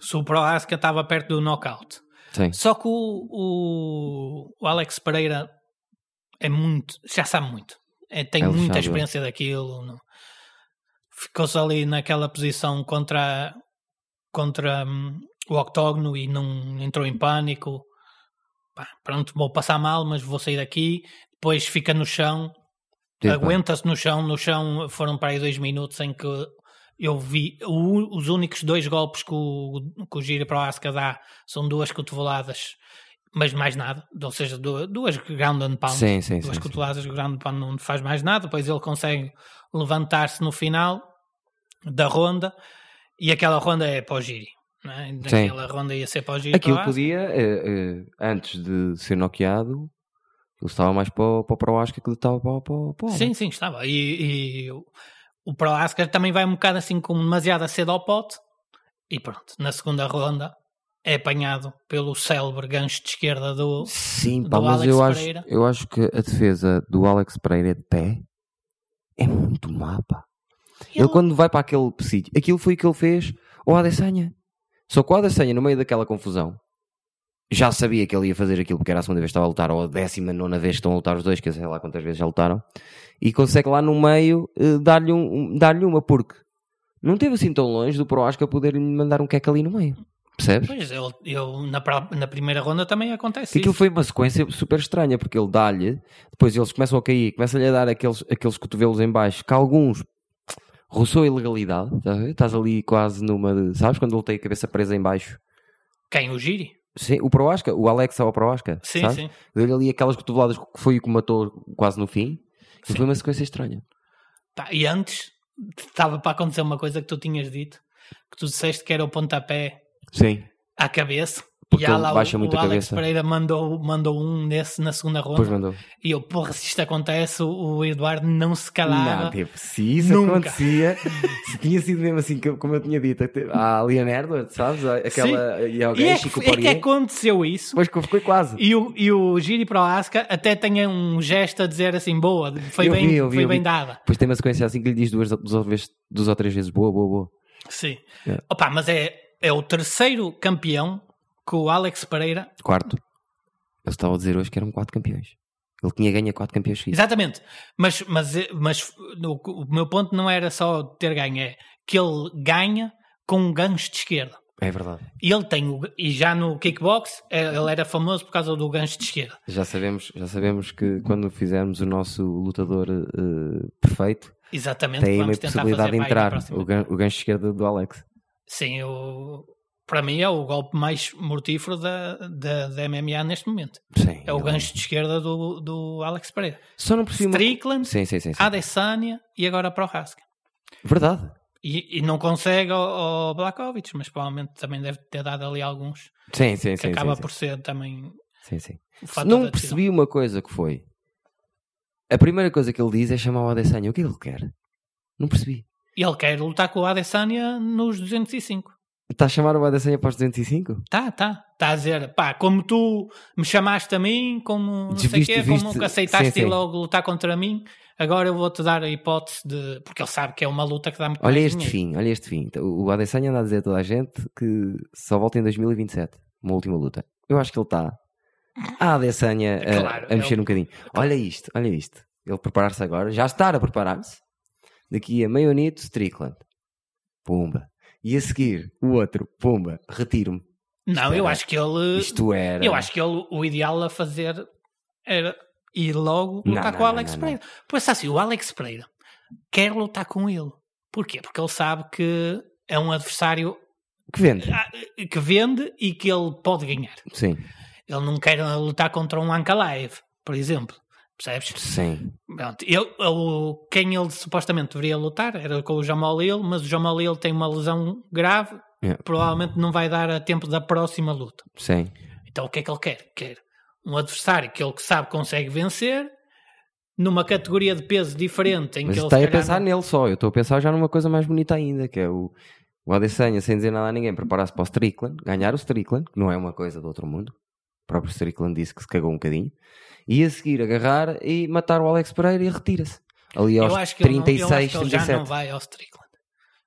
Speaker 5: se o Proasca estava perto do knockout.
Speaker 6: Sim.
Speaker 5: Só que o, o- o Alex Pereira é muito, já sabe muito. É, tem
Speaker 6: Ele
Speaker 5: muita
Speaker 6: sabe.
Speaker 5: experiência daquilo. não- Ficou-se ali naquela posição contra, contra hum, o octógono e não entrou em pânico. Pá, pronto, vou passar mal, mas vou sair daqui. Depois fica no chão,
Speaker 6: Sim, pá.
Speaker 5: aguenta-se no chão. No chão foram para aí dois minutos em que eu vi o- os únicos dois golpes que o, que o Gira Proasca dá são duas cotoveladas, mas mais nada, ou seja, du- duas ground and pound,
Speaker 6: Sim, sim, sim.
Speaker 5: duas
Speaker 6: sim.
Speaker 5: cotoveladas ground and pound não faz mais nada. Depois ele consegue levantar-se no final da ronda e aquela ronda é para o Giri. não é? Aquela ronda ia ser para o Giri
Speaker 6: Aquilo
Speaker 5: Proasca.
Speaker 6: podia, eh, eh, antes de ser noqueado, ele estava mais para o, para o Proasca que ele estava para, o- para, o- para o
Speaker 5: Sim, sim, estava. E, e o, o Proascar também vai um bocado assim com demasiada cedo ao pote. E pronto, na segunda ronda é apanhado pelo célebre gancho de esquerda do.
Speaker 6: Sim,
Speaker 5: do
Speaker 6: pá, mas
Speaker 5: Alex
Speaker 6: eu acho,
Speaker 5: Pereira.
Speaker 6: eu acho que a defesa do Alex Pereira de pé é muito má, pá. Ele,
Speaker 5: Ele-
Speaker 6: quando vai para aquele sítio, aquilo foi o que ele fez ao Adesanya. Só que o Adesanya, no meio daquela confusão, já sabia que ele ia fazer aquilo porque era a segunda vez que estava a lutar, ou a décima nona vez que estão a lutar os dois, que eu sei lá quantas vezes já lutaram, e consegue lá no meio eh, dar-lhe um, um- dar-lhe uma, porque não teve assim tão longe do Proasca poder-lhe mandar um queque ali no meio. Percebes?
Speaker 5: Pois, ele, ele na, pra- na primeira ronda também acontece
Speaker 6: Que aquilo
Speaker 5: isso.
Speaker 6: foi uma sequência super estranha, porque ele dá-lhe, depois eles começam a cair, começa-lhe a dar aqueles, aqueles cotovelos em baixo, que alguns roçou a ilegalidade, estás a ver? Estás ali quase numa de, sabes quando ele tem a cabeça presa em baixo?
Speaker 5: Quem? O Giri?
Speaker 6: Sim, o Proasca, o Alex ao Proasca,
Speaker 5: Sim,
Speaker 6: sabes?
Speaker 5: sim.
Speaker 6: Deu-lhe ali aquelas cotoveladas que foi o que matou quase no fim, e foi uma sequência estranha.
Speaker 5: Pá, e antes estava para acontecer uma coisa que tu tinhas dito, que tu disseste que era o pontapé
Speaker 6: Sim.
Speaker 5: à cabeça.
Speaker 6: Porque
Speaker 5: e há
Speaker 6: ele
Speaker 5: lá
Speaker 6: baixa
Speaker 5: o,
Speaker 6: muito
Speaker 5: o
Speaker 6: a
Speaker 5: Alex
Speaker 6: cabeça.
Speaker 5: Pereira mandou, mandou um nesse na segunda ronda.
Speaker 6: Depois mandou.
Speaker 5: E eu, porra, se isto acontece, o, o Eduardo não se calava.
Speaker 6: Não, tipo, se isso
Speaker 5: Nunca.
Speaker 6: acontecia, se tinha sido mesmo assim, que- como eu tinha dito, até- à Leon Edwards, sabes? Aquela
Speaker 5: e é
Speaker 6: Yogesh
Speaker 5: que,
Speaker 6: e
Speaker 5: é que
Speaker 6: Couturier.
Speaker 5: aconteceu isso.
Speaker 6: Depois que foi quase.
Speaker 5: E o, e o Giri Proasca até tem um gesto a dizer assim, boa, foi
Speaker 6: Eu
Speaker 5: bem,
Speaker 6: vi, eu vi,
Speaker 5: foi
Speaker 6: eu
Speaker 5: bem
Speaker 6: vi.
Speaker 5: dada.
Speaker 6: Depois tem uma sequência assim que lhe diz duas, duas, ou vez- duas ou três vezes boa, boa, boa.
Speaker 5: Sim.
Speaker 6: Yeah.
Speaker 5: Opa, mas é, é o terceiro campeão que o Alex Pereira...
Speaker 6: Quarto. Eu estava a dizer hoje que eram quatro campeões. Ele tinha ganho a quatro campeões seguidos.
Speaker 5: Exatamente. Mas, mas, mas no- o meu ponto não era só ter ganho, é que ele ganha com um gancho de esquerda.
Speaker 6: É verdade.
Speaker 5: E ele tem, o- e já no kickbox, eh, ele era famoso por causa do gancho de esquerda.
Speaker 6: Já sabemos, já sabemos que quando fizermos o nosso lutador eh, perfeito,
Speaker 5: Exatamente.
Speaker 6: tem uma
Speaker 5: vamos tentar
Speaker 6: possibilidade
Speaker 5: fazer
Speaker 6: de
Speaker 5: para aí na
Speaker 6: entrar.
Speaker 5: próxima.
Speaker 6: O, gan- o gancho esquerdo do Alex.
Speaker 5: Sim, o, para mim é o golpe mais mortífero da, da, da MMA neste momento.
Speaker 6: Sim.
Speaker 5: É o
Speaker 6: ele-
Speaker 5: gancho de esquerda do, do Alex Pereira.
Speaker 6: Só não percebi uma...
Speaker 5: Strickland,
Speaker 6: Sim, sim, sim. sim.
Speaker 5: Adesanya e agora para o Haska.
Speaker 6: Verdade.
Speaker 5: E, e não consegue ao, ao Blakovic, mas provavelmente também deve ter dado ali alguns,
Speaker 6: Sim, sim,
Speaker 5: que
Speaker 6: sim.
Speaker 5: acaba
Speaker 6: sim,
Speaker 5: por ser também
Speaker 6: sim. sim, sim.
Speaker 5: o fator
Speaker 6: não
Speaker 5: da decisão.
Speaker 6: percebi uma coisa que foi. A primeira coisa que ele diz é chamar o Adesanya. O que é que ele quer? Não percebi.
Speaker 5: E ele quer lutar com o Adesanya nos 205.
Speaker 6: Está Tá a chamar o Adesanya para os 205?
Speaker 5: Tá, tá. Está a dizer, pá, como tu me chamaste a mim, como não sei o
Speaker 6: Viste-
Speaker 5: quê,
Speaker 6: viste-
Speaker 5: como que aceitaste
Speaker 6: sim, sim.
Speaker 5: ir logo lutar contra mim, agora eu vou-te dar a hipótese de... Porque ele sabe que é uma luta que dá muito
Speaker 6: Olha
Speaker 5: mais
Speaker 6: este
Speaker 5: dinheiro.
Speaker 6: fim, olha este fim. Então, O Adesanya anda a dizer a toda a gente que só volta em 2027, uma última luta. Eu acho que ele está a Adesanya a,
Speaker 5: Claro,
Speaker 6: a mexer
Speaker 5: ele-
Speaker 6: um bocadinho. Olha isto, olha isto. Ele preparar-se agora, já estar a preparar-se. Daqui a meio anito, Strickland. Pumba. E a seguir, o outro, pumba, retiro-me.
Speaker 5: Não, eu
Speaker 6: era-
Speaker 5: acho que ele...
Speaker 6: Isto era...
Speaker 5: Eu acho que ele, o ideal a fazer era ir logo
Speaker 6: Não,
Speaker 5: lutar com
Speaker 6: não,
Speaker 5: o
Speaker 6: não,
Speaker 5: Alex
Speaker 6: não,
Speaker 5: Pereira. Pois assim, o Alex Pereira quer lutar com ele. Porquê? Porque ele sabe que é um adversário
Speaker 6: Que vende.
Speaker 5: ah, que vende e que ele pode ganhar.
Speaker 6: Sim,
Speaker 5: Ele não quer lutar contra um Ankalaev, por exemplo. Percebes?
Speaker 6: sim.
Speaker 5: Pronto, ele- o- quem ele supostamente deveria lutar era com o Jamal Hill, mas o Jamal Hill tem uma lesão grave,
Speaker 6: É.
Speaker 5: provavelmente não vai dar a tempo da próxima luta.
Speaker 6: Sim.
Speaker 5: Então o que é que ele quer? Quer um adversário que ele que sabe consegue vencer numa categoria de peso diferente em
Speaker 6: Mas
Speaker 5: que ele
Speaker 6: está
Speaker 5: se
Speaker 6: a
Speaker 5: calhar
Speaker 6: pensar
Speaker 5: não-
Speaker 6: nele só. Eu estou a pensar já numa coisa mais bonita ainda, que é o, o Adesanya, sem dizer nada a ninguém, preparar-se para o Strickland, ganhar o Strickland, que não é uma coisa do outro mundo. O próprio Strickland disse que se cagou um bocadinho. E a seguir agarrar e matar o Alex Pereira e retira-se. Ali aos
Speaker 5: eu acho que ele não- eu acho
Speaker 6: 36,
Speaker 5: que ele já não
Speaker 6: 37.
Speaker 5: vai ao Strickland.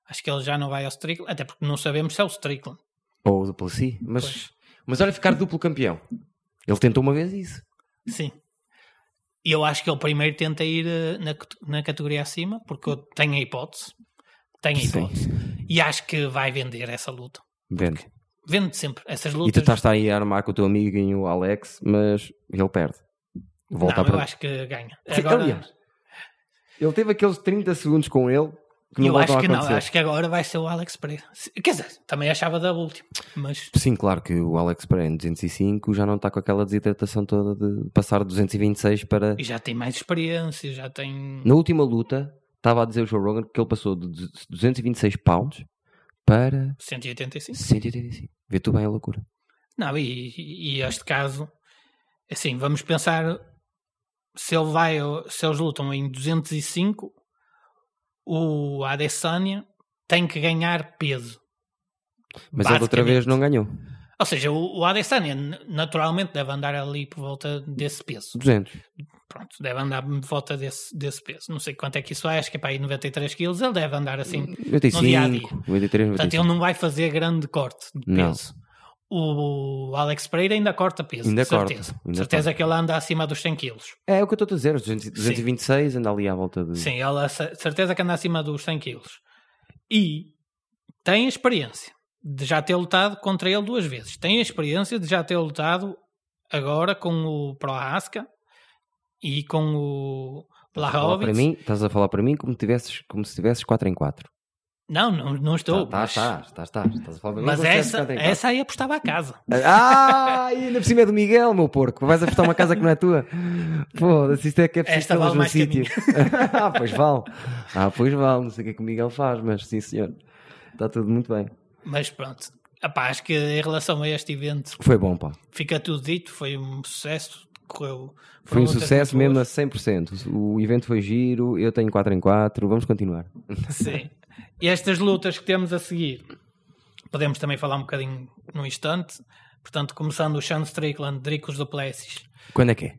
Speaker 5: Acho que ele já não vai ao Strickland, até porque não sabemos se é o Strickland.
Speaker 6: Ou duplo si. Mas, mas olha, ficar duplo campeão. Ele tentou uma vez isso.
Speaker 5: Sim. E eu acho que ele primeiro tenta ir eh, na, cate- na categoria acima, porque eu tenho a hipótese. Tenho a
Speaker 6: Sim.
Speaker 5: hipótese. E acho que vai vender essa luta.
Speaker 6: Vende.
Speaker 5: Vende sempre essas
Speaker 6: E tu
Speaker 5: lutas.
Speaker 6: estás aí a armar com o teu amigo e o Alex, mas ele perde. Volta
Speaker 5: não,
Speaker 6: para
Speaker 5: eu acho que ganha.
Speaker 6: Sim, aliás, Ele teve aqueles 30 segundos com ele que não
Speaker 5: eu
Speaker 6: voltam
Speaker 5: acho
Speaker 6: a
Speaker 5: que
Speaker 6: acontecer.
Speaker 5: não, acho que agora vai ser o Alex Pereira. Se- Quer dizer, também achava da última, mas
Speaker 6: Sim, claro que o Alex Pereira em 205 já não está com aquela desidratação toda de passar de 226 para.
Speaker 5: e já tem mais experiência, já tem.
Speaker 6: Na última luta, estava a dizer o Joe Rogan que ele passou de 226 pounds para
Speaker 5: 185.
Speaker 6: 185. Vê tu bem a loucura.
Speaker 5: Não, e, e este caso, assim, vamos pensar se ele vai, ao- se eles lutam em 205, o Adesanya tem que ganhar peso.
Speaker 6: Mas ele outra
Speaker 5: Basicamente.
Speaker 6: vez não ganhou.
Speaker 5: Ou seja, o, o Adesanya naturalmente deve andar ali por volta desse peso.
Speaker 6: 200.
Speaker 5: Pronto, deve andar por volta desse, desse peso. Não sei quanto é que isso é, acho que é para aí 93 quilos. Ele deve andar assim.
Speaker 6: 85,
Speaker 5: dia-a-dia.
Speaker 6: 83,
Speaker 5: Portanto,
Speaker 6: 95.
Speaker 5: ele não vai fazer grande corte de
Speaker 6: Não.
Speaker 5: peso. O Alex Pereira ainda corta peso,
Speaker 6: Ainda
Speaker 5: de certeza.
Speaker 6: corta, ainda
Speaker 5: certeza
Speaker 6: corta.
Speaker 5: que ele anda acima dos 100 quilos.
Speaker 6: É o que eu estou a dizer, os 200 226 anda ali à volta de...
Speaker 5: Sim, ela cer- certeza que anda acima dos 100 quilos. E tem a experiência de já ter lutado contra ele duas vezes. Tem a experiência de já ter lutado agora com o Prohaska e com o
Speaker 6: Estás a falar para
Speaker 5: Blahovic.
Speaker 6: mim, estás a falar para mim como, tivesses, como se tivesses 4 em 4.
Speaker 5: Não, não, não estou.
Speaker 6: tá,
Speaker 5: mas
Speaker 6: tá, estás, estás, estás a falar para mim
Speaker 5: mas
Speaker 6: como se tivesses
Speaker 5: essa,
Speaker 6: 4 em 4.
Speaker 5: essa aí apostava a casa.
Speaker 6: Ah, e ainda por cima é do Miguel, meu porco. Vais apostar uma casa que não é tua. Foda-se, isto é que é preciso
Speaker 5: Esta
Speaker 6: ter
Speaker 5: vale
Speaker 6: no
Speaker 5: mais que a
Speaker 6: sítio. ah, pois vale. Ah, pois vale. Não sei o que é que o Miguel faz, mas sim, senhor. Está tudo muito bem.
Speaker 5: Mas pronto. Epá, acho que em relação a este evento
Speaker 6: Foi bom, pá.
Speaker 5: fica tudo dito. Foi um sucesso. Correu,
Speaker 6: Foi
Speaker 5: foram
Speaker 6: um
Speaker 5: lutas
Speaker 6: sucesso
Speaker 5: muito
Speaker 6: mesmo a
Speaker 5: boas.
Speaker 6: 100%. O evento foi giro, eu tenho 4 em 4. Vamos continuar. assim.
Speaker 5: Sim. E estas lutas que temos a seguir, podemos também falar um bocadinho num instante. Portanto, começando o Sean Strickland, Dricos Duplessis,
Speaker 6: Quando é que é?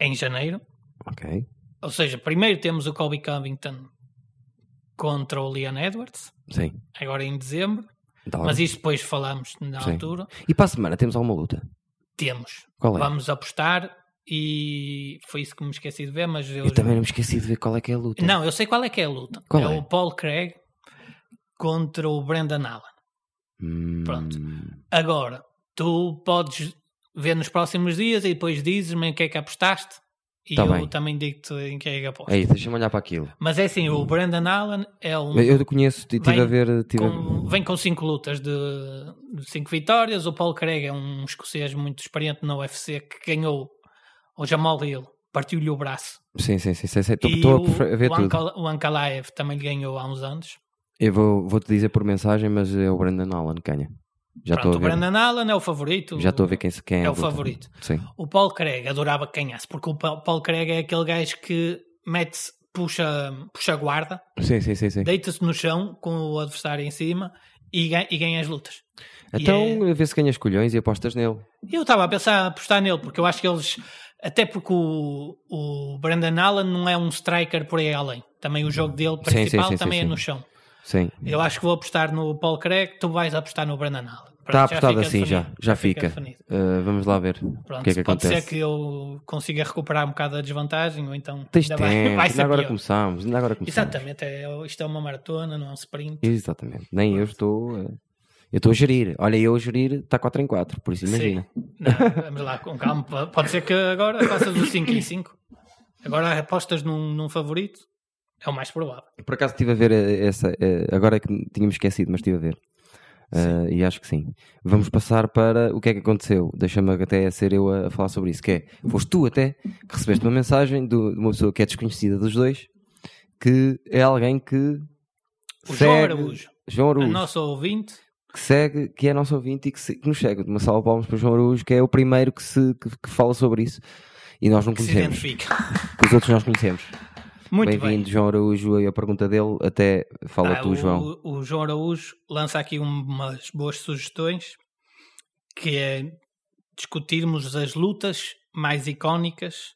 Speaker 5: em janeiro.
Speaker 6: Ok.
Speaker 5: Ou seja, primeiro temos o Colby Covington contra o Leon Edwards,
Speaker 6: Sim.
Speaker 5: agora em dezembro.
Speaker 6: Da hora.
Speaker 5: Mas isso depois falamos na
Speaker 6: Sim.
Speaker 5: altura.
Speaker 6: E para a semana temos alguma luta?
Speaker 5: Temos.
Speaker 6: Qual é?
Speaker 5: Vamos apostar e foi isso que me esqueci de ver, mas eu,
Speaker 6: Eu também não me esqueci de ver qual é que é a luta.
Speaker 5: Não, eu sei qual é que é a luta.
Speaker 6: Qual
Speaker 5: é
Speaker 6: é?
Speaker 5: o Paul Craig contra o Brandon Allen.
Speaker 6: Hum,
Speaker 5: Pronto. Agora, tu podes ver nos próximos dias e depois dizes-me em que é que apostaste e
Speaker 6: Tá
Speaker 5: eu
Speaker 6: bem.
Speaker 5: também digo-te em que é que aposto.
Speaker 6: É isso, deixa-me olhar para aquilo.
Speaker 5: Mas é assim, o Brandon Allen é um.
Speaker 6: Eu conheço, estive
Speaker 5: Vem
Speaker 6: a ver. Tive a-
Speaker 5: com- vem com cinco lutas de, de cinco vitórias. O Paul Craig é um escocês muito experiente na UFC que ganhou o Jamal Hill, partiu-lhe o braço.
Speaker 6: Sim, sim, sim, sim, sim. Estou
Speaker 5: e
Speaker 6: estou a
Speaker 5: o,
Speaker 6: prefer- a ver
Speaker 5: o
Speaker 6: tudo.
Speaker 5: Ankal- o Ankalaev também lhe ganhou há uns anos.
Speaker 6: Eu vou- vou-te dizer por mensagem, mas é o Brandon Allen que ganha. Já estou
Speaker 5: Pronto,
Speaker 6: a
Speaker 5: o
Speaker 6: ver.
Speaker 5: Brandon Allen é o favorito.
Speaker 6: Já estou a ver quem, quem é.
Speaker 5: é
Speaker 6: a
Speaker 5: o
Speaker 6: luta.
Speaker 5: favorito.
Speaker 6: Sim.
Speaker 5: O Paul Craig adorava que ganhasse, porque o Pa- Paul Craig é aquele gajo que mete puxa, puxa a guarda,
Speaker 6: Sim, sim, sim. sim.
Speaker 5: deita-se no chão com o adversário em cima e, ga- e ganha as lutas. E
Speaker 6: Então, a ver se ganhas colhões e apostas nele.
Speaker 5: é- eu estava a pensar a apostar nele, porque eu acho que eles, até porque o, o Brandon Allen não é um striker por aí além. Também o jogo dele
Speaker 6: sim,
Speaker 5: principal
Speaker 6: sim, sim,
Speaker 5: também
Speaker 6: sim.
Speaker 5: é no chão.
Speaker 6: Sim.
Speaker 5: Eu acho que vou apostar no Paul Craig, tu vais apostar no Brandon Allen. Pronto,
Speaker 6: Está
Speaker 5: já
Speaker 6: apostado
Speaker 5: fica
Speaker 6: assim, já.
Speaker 5: definido,
Speaker 6: Já fica.
Speaker 5: definido.
Speaker 6: Uh, vamos lá ver o
Speaker 5: Pronto,
Speaker 6: que é que
Speaker 5: pode
Speaker 6: acontece.
Speaker 5: ser que eu consiga recuperar um bocado a desvantagem, ou então
Speaker 6: Tens
Speaker 5: ainda
Speaker 6: tempo,
Speaker 5: vai- vai
Speaker 6: ainda
Speaker 5: ser
Speaker 6: agora
Speaker 5: pior.
Speaker 6: começámos, ainda agora começámos.
Speaker 5: Exatamente, é- isto é uma maratona, não é um sprint.
Speaker 6: Exatamente. Nem eu estou. uh, Eu estou a gerir. Olha, eu a gerir está 4 em 4, por isso imagina.
Speaker 5: Sim. Não, vamos lá, com calma. P- Pode ser que agora faças o 5 em 5. Agora apostas num, num favorito, é o mais provável.
Speaker 6: Por acaso estive a ver eh, essa. eh, Agora é que tínhamos esquecido, mas estive a ver. Ah, e acho que sim. Vamos passar para o que é que aconteceu. Deixa-me até ser eu a, a falar sobre isso. Que é, foste tu até que recebeste uma mensagem do- de uma pessoa que é desconhecida dos dois, que é alguém que.
Speaker 5: O
Speaker 6: segue-
Speaker 5: João Araújo,
Speaker 6: João
Speaker 5: o
Speaker 6: Araújo,
Speaker 5: nosso ouvinte,
Speaker 6: que segue, que é nosso ouvinte e que, se- que nos segue. Uma salva de palmas para o João Araújo, que é o primeiro que, se, que, que fala sobre isso. E nós não
Speaker 5: que se
Speaker 6: conhecemos.
Speaker 5: identifica.
Speaker 6: Os outros nós conhecemos.
Speaker 5: Muito bem.
Speaker 6: Bem-vindo, João Araújo. E a pergunta dele até fala
Speaker 5: Ah,
Speaker 6: tu,
Speaker 5: o,
Speaker 6: João.
Speaker 5: O João Araújo lança aqui umas boas sugestões, que é discutirmos as lutas mais icónicas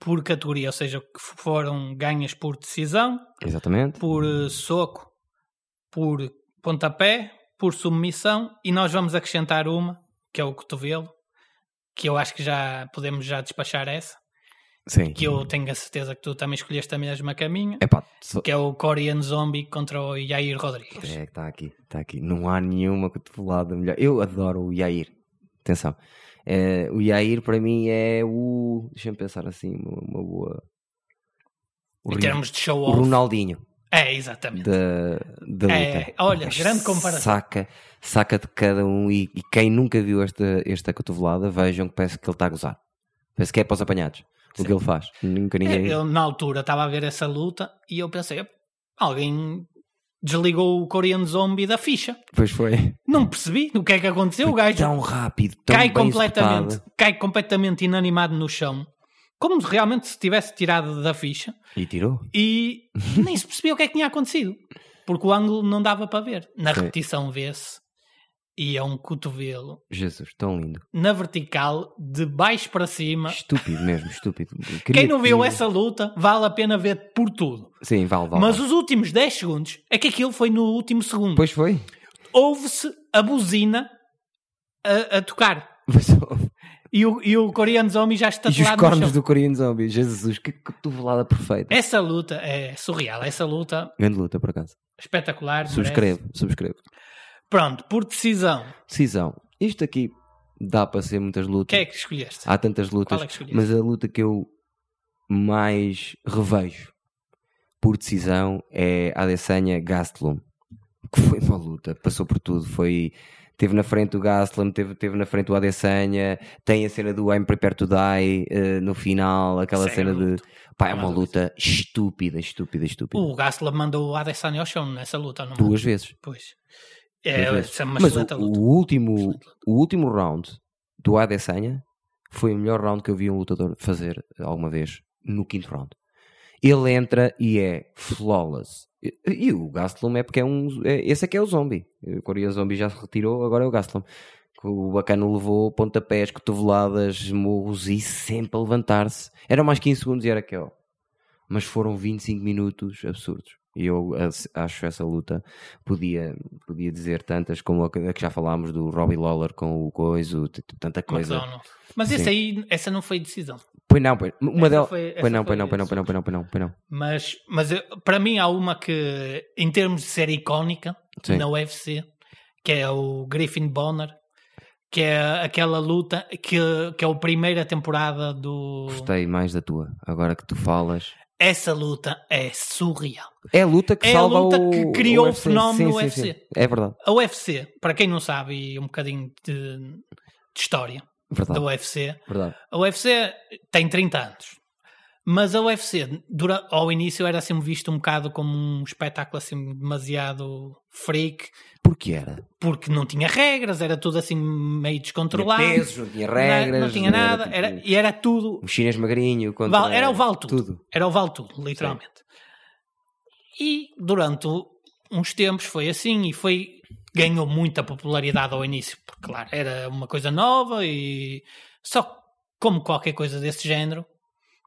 Speaker 5: por categoria, ou seja, que foram ganhas por decisão,
Speaker 6: Exatamente.
Speaker 5: por eh, soco, por pontapé, por submissão, e nós vamos acrescentar uma, que é o cotovelo, que eu acho que já podemos já despachar essa,
Speaker 6: Sim.
Speaker 5: que eu tenho a certeza que tu também escolheste a mesma caminho
Speaker 6: Epá, só...
Speaker 5: que é o Korean Zombie contra o Yair Rodrigues.
Speaker 6: É que está aqui, está aqui. Não há nenhuma cotovelada melhor. Eu adoro o Yair. Atenção. Eh, o Yair para mim é o. Deixa-me pensar assim, uma, uma boa. O,
Speaker 5: em
Speaker 6: Ri-
Speaker 5: termos de
Speaker 6: o
Speaker 5: show-off.
Speaker 6: Ronaldinho
Speaker 5: É, exatamente.
Speaker 6: da, da
Speaker 5: É,
Speaker 6: luta.
Speaker 5: olha,
Speaker 6: Mas
Speaker 5: grande comparação.
Speaker 6: Saca, saca de cada um e, e quem nunca viu esta, esta cotovelada, vejam que parece que ele está a gozar. Parece que é para os apanhados. O que ele faz.
Speaker 5: É,
Speaker 6: Nunca ninguém.
Speaker 5: Eu, na altura, estava a ver essa luta e eu pensei, "Ep, alguém desligou o Korean Zombie da ficha.
Speaker 6: Depois foi.
Speaker 5: Não percebi o que é que aconteceu. O gajo
Speaker 6: Tão rápido, tão
Speaker 5: cai
Speaker 6: bem
Speaker 5: completamente,
Speaker 6: executado.
Speaker 5: cai completamente inanimado no chão. Como realmente se tivesse tirado da ficha
Speaker 6: E tirou.
Speaker 5: e nem se percebia o que é que tinha acontecido. Porque o ângulo não dava para ver. Na
Speaker 6: Sim.
Speaker 5: repetição vê-se e é um cotovelo
Speaker 6: Jesus, tão lindo.
Speaker 5: na vertical, de baixo para cima.
Speaker 6: Estúpido mesmo, estúpido.
Speaker 5: Ah. Quem
Speaker 6: Queria
Speaker 5: não viu
Speaker 6: que-
Speaker 5: essa luta, vale a pena ver por tudo.
Speaker 6: Sim, vale, vale.
Speaker 5: Mas
Speaker 6: vale.
Speaker 5: os últimos 10 segundos, é que aquilo foi no último segundo.
Speaker 6: Pois foi.
Speaker 5: Ouve-se a buzina a, a tocar.
Speaker 6: Mas-
Speaker 5: E o, e o coreano zombie já está
Speaker 6: e os
Speaker 5: no chão.
Speaker 6: cornos do Korean Zombie. Jesus, que cotovelada perfeita.
Speaker 5: Essa luta é surreal. Essa luta
Speaker 6: Grande luta, por acaso.
Speaker 5: espetacular. merece.
Speaker 6: Subscrevo, subscrevo.
Speaker 5: Pronto, por decisão.
Speaker 6: Decisão. Isto aqui dá para ser muitas lutas.
Speaker 5: Quem é que escolheste?
Speaker 6: Há tantas lutas,
Speaker 5: Qual é que escolhias?
Speaker 6: mas a luta que eu mais revejo por decisão é a Adesanya Gastelum, que foi uma luta, passou por tudo, foi teve na frente o Gastelum, teve, teve na frente o Adesanya, tem a cena do I'm Prepared to Die eh, no final, aquela
Speaker 5: Sério,
Speaker 6: cena de,
Speaker 5: luta.
Speaker 6: pá, é
Speaker 5: Não há
Speaker 6: uma
Speaker 5: dúvida.
Speaker 6: luta estúpida, estúpida, estúpida.
Speaker 5: O Gaslam mandou o Adesanya ao chão nessa luta, não é?
Speaker 6: Duas vezes.
Speaker 5: Pois.
Speaker 6: duas
Speaker 5: É,
Speaker 6: vezes.
Speaker 5: essa é uma
Speaker 6: Mas o,
Speaker 5: excelente luta.
Speaker 6: o último,
Speaker 5: Excelente luta.
Speaker 6: o último round do Adesanya foi o melhor round que eu vi um lutador fazer alguma vez no quinto round. Ele entra e é flawless. E, e o Gastelum é porque é um. é- esse é que é o zombie. O Coreia Zombie já se retirou, agora é o Gastelum. Que O bacana levou pontapés, cotoveladas, murros e sempre a levantar-se. Eram mais 15 segundos e era que ó. Mas foram 25 minutos absurdos. E eu as- acho essa luta podia, podia dizer tantas como a que a que já falámos do Robbie Lawler com o Coiso, t- t- tanta coisa.
Speaker 5: McDonald. Mas
Speaker 6: é. Sim.
Speaker 5: esse aí, essa não foi decisão.
Speaker 6: Pois não, pois, uma
Speaker 5: Essa
Speaker 6: delas.
Speaker 5: foi- essa
Speaker 6: Pois não,
Speaker 5: foi
Speaker 6: pois não, pois não, pois não, pois não, pois não, pois não.
Speaker 5: Mas, mas eh, para mim há uma que, em termos de ser icónica,
Speaker 6: Sim.
Speaker 5: na UFC, que é o Griffin Bonner, que é aquela luta que, que é a primeira temporada do.
Speaker 6: Gostei mais da tua, agora que tu falas.
Speaker 5: Essa luta é surreal.
Speaker 6: É a luta que
Speaker 5: É a
Speaker 6: salva
Speaker 5: luta
Speaker 6: o-
Speaker 5: que criou o
Speaker 6: UFC.
Speaker 5: fenómeno
Speaker 6: Sim, sim,
Speaker 5: UFC.
Speaker 6: sim. É verdade,
Speaker 5: A UFC, para quem não sabe, e um bocadinho de, de história da
Speaker 6: verdade,
Speaker 5: UFC,
Speaker 6: verdade.
Speaker 5: a UFC tem 30 anos. Mas a UFC, dura, ao início, era assim visto um bocado como um espetáculo assim demasiado freak,
Speaker 6: Porque era.
Speaker 5: porque não tinha regras, era tudo assim meio descontrolado.
Speaker 6: Tinha pesos, não tinha
Speaker 5: Não-
Speaker 6: regras.
Speaker 5: não, tinha nada,
Speaker 6: tipo
Speaker 5: era, e era tudo.
Speaker 6: Um chinês magrinho. Contra...
Speaker 5: val- era o Val tudo.
Speaker 6: Tudo.
Speaker 5: Era o Val tudo, literalmente. E durante o- uns tempos foi assim e foi ganhou muita popularidade ao início, porque claro, era uma coisa nova e só que, como qualquer coisa desse género,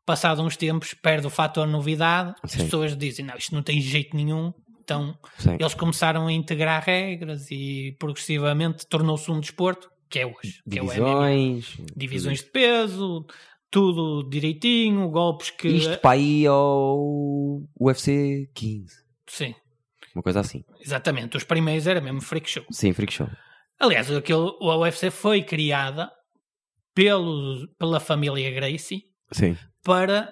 Speaker 5: passado uns tempos perde o fator novidade,
Speaker 6: Sim.
Speaker 5: as pessoas dizem, não, isto não tem jeito nenhum, então
Speaker 6: Sim.
Speaker 5: eles começaram a integrar regras e progressivamente tornou-se um desporto que é hoje, que é o MMA.
Speaker 6: Divisões.
Speaker 5: Divisões de peso, tudo direitinho, golpes que.
Speaker 6: Isto para aí ao UFC 15.
Speaker 5: Sim,
Speaker 6: Uma coisa assim.
Speaker 5: exatamente. Os primeiros era mesmo freak show.
Speaker 6: Sim, freak show.
Speaker 5: Aliás, aquilo, a UFC foi criada pelo, pela família Gracie
Speaker 6: Sim.
Speaker 5: para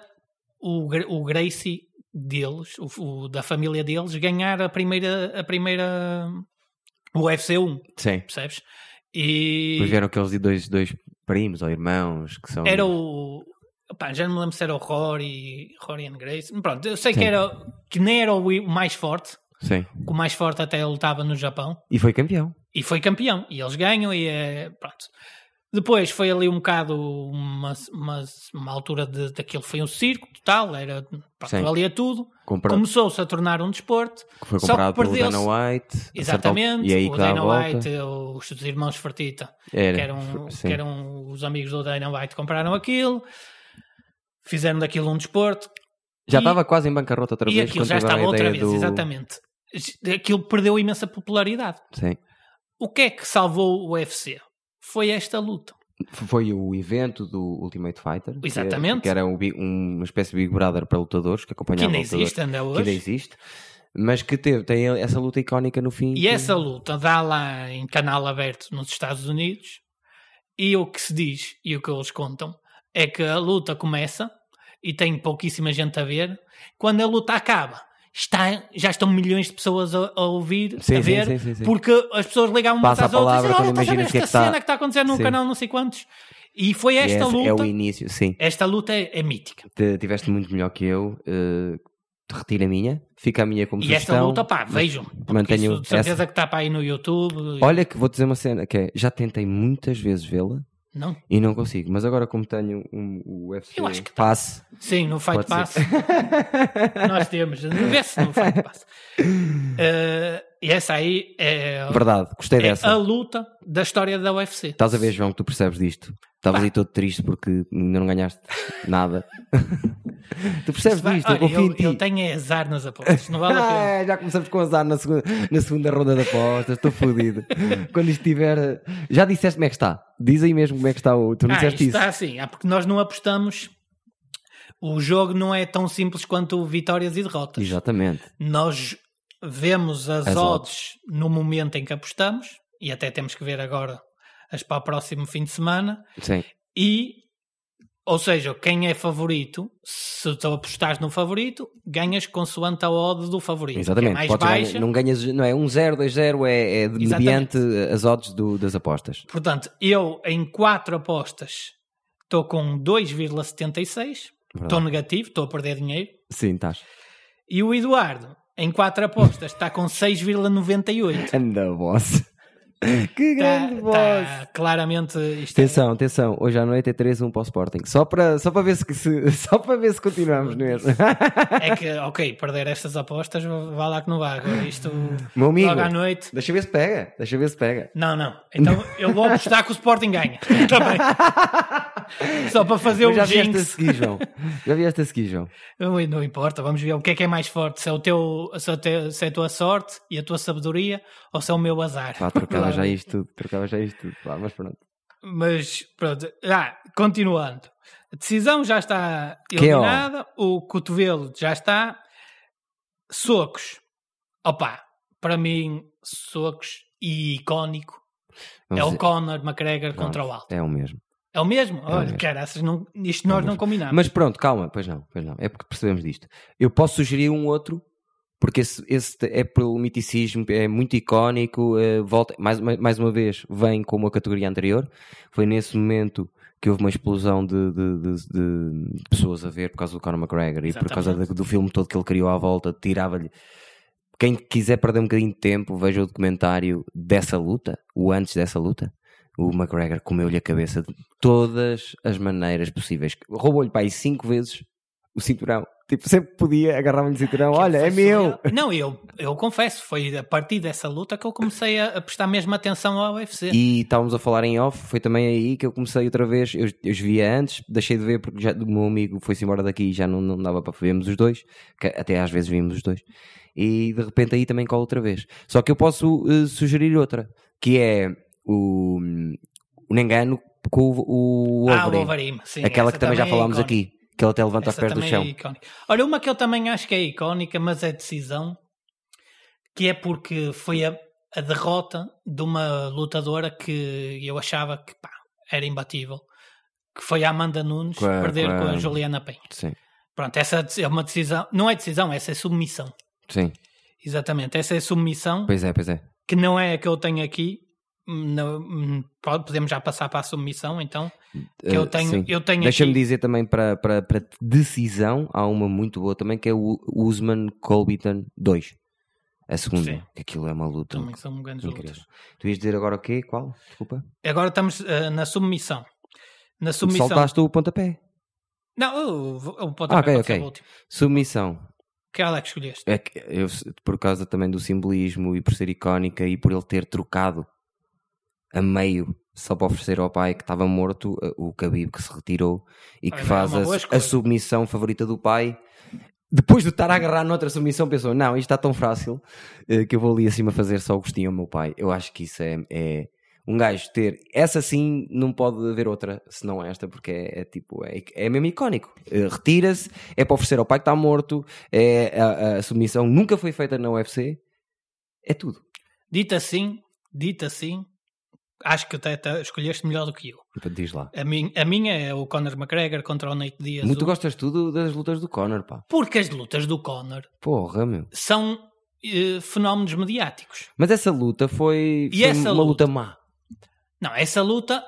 Speaker 5: o, Gra- o Gracie deles, o, o da família deles, ganhar a primeira. A primeira hum, UFC 1,
Speaker 6: Sim.
Speaker 5: percebes? E.
Speaker 6: Depois vieram aqueles dois, dois primos ou irmãos que são.
Speaker 5: Era o. opá, já não me lembro se era o Rory, Rory and Grace. Pronto, eu sei
Speaker 6: Sim.
Speaker 5: que, era, que nem era o i- o mais forte,
Speaker 6: Sim.
Speaker 5: que o mais forte até lutava no Japão
Speaker 6: E foi campeão.
Speaker 5: e foi campeão. E eles ganham e é. Pronto. Depois foi ali um bocado uma, uma, uma altura de, daquilo, foi um circo total, era pronto,
Speaker 6: Sim.
Speaker 5: valia tudo.
Speaker 6: Compra...
Speaker 5: Começou-se a tornar um desporto,
Speaker 6: Que foi
Speaker 5: só que
Speaker 6: comprado pelo
Speaker 5: perdeu-se.
Speaker 6: Dana White. a certa
Speaker 5: exatamente.
Speaker 6: altura. E aí
Speaker 5: o
Speaker 6: que dá a
Speaker 5: Dana
Speaker 6: volta.
Speaker 5: White, os, os irmãos Fertita,
Speaker 6: Era.
Speaker 5: que eram,
Speaker 6: Sim.
Speaker 5: que um eram os amigos do Dana White, compraram aquilo, fizeram daquilo um desporto
Speaker 6: Já
Speaker 5: e-
Speaker 6: estava quase em bancarrota outra
Speaker 5: e
Speaker 6: vez.
Speaker 5: aquilo
Speaker 6: quando
Speaker 5: já
Speaker 6: tiveram
Speaker 5: estava
Speaker 6: a
Speaker 5: outra vez,
Speaker 6: ideia do...
Speaker 5: exatamente. Aquilo perdeu imensa popularidade.
Speaker 6: Sim.
Speaker 5: O que é que salvou o UFC? Foi esta luta.
Speaker 6: Foi o evento do Ultimate Fighter. que-
Speaker 5: Exatamente.
Speaker 6: Que era um bi- um- uma espécie de Big Brother para lutadores que
Speaker 5: Que
Speaker 6: acompanhava
Speaker 5: ainda
Speaker 6: lutadores.
Speaker 5: existe ainda
Speaker 6: Que ainda
Speaker 5: hoje.
Speaker 6: existe. Mas que teve, tem essa luta icónica no fim.
Speaker 5: E
Speaker 6: que-
Speaker 5: essa luta dá lá em canal aberto nos Estados Unidos. E o que se diz e o que eles contam é que a luta começa e tem pouquíssima gente a ver. Quando a luta acaba, está, já estão milhões de pessoas a, a ouvir,
Speaker 6: Sim,
Speaker 5: a
Speaker 6: sim,
Speaker 5: ver,
Speaker 6: sim, sim, sim.
Speaker 5: porque as pessoas ligavam umas
Speaker 6: Passa a
Speaker 5: às outras e
Speaker 6: palavra
Speaker 5: dizem,
Speaker 6: quando
Speaker 5: olha, estás a ver
Speaker 6: imagina o que
Speaker 5: esta
Speaker 6: é que
Speaker 5: cena
Speaker 6: está."
Speaker 5: que está acontecendo no
Speaker 6: Sim.
Speaker 5: canal não sei quantos. E foi
Speaker 6: E
Speaker 5: esta
Speaker 6: essa
Speaker 5: luta,
Speaker 6: É o início, sim.
Speaker 5: esta luta é, é mítica.
Speaker 6: Te- Tiveste muito melhor que eu. eh, te retiro a minha. Fica a minha como
Speaker 5: E
Speaker 6: sugestão.
Speaker 5: esta luta, pá, vejam. porque
Speaker 6: mantenho
Speaker 5: isso de certeza
Speaker 6: essa.
Speaker 5: que está para aí no YouTube.
Speaker 6: Olha que vou dizer uma cena que é, já tentei muitas vezes vê-la
Speaker 5: Não?
Speaker 6: E não consigo. Mas agora, como tenho um, o UFC
Speaker 5: Eu acho que
Speaker 6: passe,
Speaker 5: Sim, no Fight
Speaker 6: Pode
Speaker 5: Pass.
Speaker 6: ser.
Speaker 5: Nós temos. No VS no Fight Pass. Eh, e essa aí é,
Speaker 6: verdade, Tá, gostei
Speaker 5: é
Speaker 6: dessa.
Speaker 5: a luta da história da UFC.
Speaker 6: Estás a ver, João, que tu percebes disto. Estavas aí todo triste porque ainda não ganhaste nada. tu percebes
Speaker 5: Vai- Ah,
Speaker 6: disto, eu
Speaker 5: olha,
Speaker 6: confio em
Speaker 5: eu,
Speaker 6: ti.
Speaker 5: eu tenho é azar nas apostas. Não vale a pena.
Speaker 6: Ah, já começamos com azar na segunda, na segunda ronda da apostas, estou fodido. Quando isto estiver. Já disseste como é que está? Diz aí mesmo como é que está o. Tu não
Speaker 5: Ah, isto
Speaker 6: disseste isso.
Speaker 5: está assim. Ah, porque nós não apostamos. O jogo não é tão simples quanto vitórias e derrotas.
Speaker 6: Exatamente.
Speaker 5: Nós vemos as,
Speaker 6: As
Speaker 5: odds no momento em que apostamos, e até temos que ver agora as para o próximo fim de semana,
Speaker 6: Sim.
Speaker 5: e ou seja, quem é favorito, se tu apostares no favorito, ganhas consoante a odd do favorito. que
Speaker 6: Exatamente.
Speaker 5: É mais
Speaker 6: Podes ganhar-
Speaker 5: baixa.
Speaker 6: não ganhas. Não é 1-0, 2-0, é, é de-
Speaker 5: Exatamente.
Speaker 6: mediante as odds do- das apostas.
Speaker 5: Portanto, eu em quatro apostas estou com 2,76, estou
Speaker 6: Verdade.
Speaker 5: negativo, estou a perder dinheiro.
Speaker 6: Sim, estás.
Speaker 5: E o Eduardo, em quatro apostas, está com 6,98.
Speaker 6: Anda, boss. Que
Speaker 5: Está
Speaker 6: É grande boss.
Speaker 5: está tá claramente isto é-
Speaker 6: Atenção, atenção, hoje à noite é 3-1 para o Sporting. Só para, só para ver se, se- só para ver se continuamos nesse.
Speaker 5: é que, ok, perder estas apostas, vá lá que não vá. Agora isto
Speaker 6: Meu amigo,
Speaker 5: logo à noite.
Speaker 6: deixa ver se pega, deixa ver se pega.
Speaker 5: Não, não. Então eu vou apostar que o Sporting ganha. Também. Só para fazer o
Speaker 6: Mas já vieste a
Speaker 5: jinx.
Speaker 6: seguir, João. Já vieste a seguir, João.
Speaker 5: Ui, Não importa, vamos ver o que é que é mais forte. Se é, o teu, se é o teu- se é a tua sorte e a tua sabedoria ou se é o meu azar.
Speaker 6: Pá, trocava já isto tudo, trocava já isto tudo. Pá, mas pronto.
Speaker 5: Mas pronto, ah, continuando. A decisão já está
Speaker 6: é
Speaker 5: eliminada, o cotovelo já está. Socos. Opa, para mim, socos e icónico.
Speaker 6: Vamos
Speaker 5: é o
Speaker 6: dizer-
Speaker 5: Conor McGregor contra o
Speaker 6: Vamos,
Speaker 5: Alto.
Speaker 6: É o mesmo.
Speaker 5: É o mesmo?
Speaker 6: o
Speaker 5: Olha,
Speaker 6: mesmo. É
Speaker 5: caraças, não, isto nós não combinámos.
Speaker 6: Mas pronto, calma, pois não, pois não. É porque percebemos disto. Eu posso sugerir um outro, porque esse, esse é pelo miticismo, é muito icónico. eh, volta, mais, mais mais uma vez, vem como a categoria anterior. Foi nesse momento que houve uma explosão de, de- de- de pessoas a ver por causa do Conor McGregor e por causa
Speaker 5: Exatamente.
Speaker 6: do, do filme todo que ele criou à volta, tirava-lhe. Quem quiser perder um bocadinho de tempo, veja o documentário dessa luta, o antes dessa luta. O McGregor comeu-lhe a cabeça de todas as maneiras possíveis. Roubou-lhe para aí cinco vezes o cinturão. Tipo, sempre que podia, agarrava-lhe o cinturão. Olha, é
Speaker 5: Foi
Speaker 6: meu!
Speaker 5: surreal. Não, eu, eu confesso, foi a partir dessa luta que eu comecei a, a prestar mesmo atenção ao UFC.
Speaker 6: E estávamos a falar em off, foi também aí que eu comecei outra vez. Eu, eu os via antes, deixei de ver porque já, o meu amigo foi-se embora daqui e já não, não dava para vermos os dois. que até às vezes vimos os dois. E de repente aí também cola outra vez. Só que eu posso eh, sugerir outra, que é o, o Nengano com o, o
Speaker 5: ah, o
Speaker 6: Wolverine.
Speaker 5: Wolverine, sim.
Speaker 6: Aquela
Speaker 5: essa
Speaker 6: que também já
Speaker 5: é
Speaker 6: falámos
Speaker 5: icónica.
Speaker 6: aqui, que ele até levanta os
Speaker 5: Essa
Speaker 6: pés do
Speaker 5: também
Speaker 6: chão.
Speaker 5: é icónica. Olha, uma que eu também acho que é icónica, mas é decisão, que é porque foi a, a derrota de uma lutadora que eu achava que pá, era imbatível, que foi a Amanda Nunes
Speaker 6: Com a-
Speaker 5: perder
Speaker 6: com
Speaker 5: com
Speaker 6: a-
Speaker 5: a Juliana Penha.
Speaker 6: Sim,
Speaker 5: Pronto, essa é uma decisão, não é decisão, essa é submissão.
Speaker 6: sim.
Speaker 5: Exatamente, essa é submissão,
Speaker 6: Pois é, pois é.
Speaker 5: que não é a que eu tenho aqui. Não- hum, pode- podemos já passar para a submissão, então. Que eu
Speaker 6: Eh,
Speaker 5: tenho,
Speaker 6: sim.
Speaker 5: eu tenho
Speaker 6: Deixa-me
Speaker 5: aqui.
Speaker 6: dizer também para, para, para decisão, há uma muito boa também que é o Usman Colbyton 2. A segunda.
Speaker 5: Sim.
Speaker 6: Que aquilo é uma luta.
Speaker 5: Também são grandes
Speaker 6: incrível.
Speaker 5: lutas.
Speaker 6: Tu ias dizer agora o quê? Qual? Desculpa.
Speaker 5: Agora estamos eh, na submissão. Na submissão.
Speaker 6: Saltaste o pontapé.
Speaker 5: Não, o, o
Speaker 6: Ah,
Speaker 5: pontapé
Speaker 6: ok,
Speaker 5: pode ser
Speaker 6: ok.
Speaker 5: é o último.
Speaker 6: Submissão.
Speaker 5: Que ela é que escolheste.
Speaker 6: É que eu, por causa também do simbolismo e por ser icónica e por ele ter trocado a meio só para oferecer ao pai que estava morto eh, o Khabib que se retirou e que
Speaker 5: Olha, é
Speaker 6: faz
Speaker 5: uma boa
Speaker 6: a,
Speaker 5: escolha.
Speaker 6: a submissão favorita do pai depois de estar a agarrar noutra submissão pensou, não, isto está tão fácil eh, que eu vou ali acima fazer só o gostinho ao meu pai eu acho que isso é, é um gajo ter, essa sim não pode haver outra, senão esta, porque é, é tipo, é, é mesmo icónico. Eh, Retira-se, é para oferecer ao pai que está morto, é, a, a submissão nunca foi feita na UFC, é tudo.
Speaker 5: Dito assim, dito assim, acho que até, até escolheste melhor do que eu.
Speaker 6: Diz lá.
Speaker 5: A, min- a minha é o Conor McGregor contra o Nate Diaz.
Speaker 6: Muito
Speaker 5: um.
Speaker 6: gostas tudo das lutas do Conor, pá.
Speaker 5: Porque as lutas do Conor
Speaker 6: Porra, meu.
Speaker 5: são eh, fenómenos mediáticos.
Speaker 6: Mas essa luta foi,
Speaker 5: E
Speaker 6: foi
Speaker 5: essa
Speaker 6: uma
Speaker 5: luta?
Speaker 6: luta má.
Speaker 5: Não, essa luta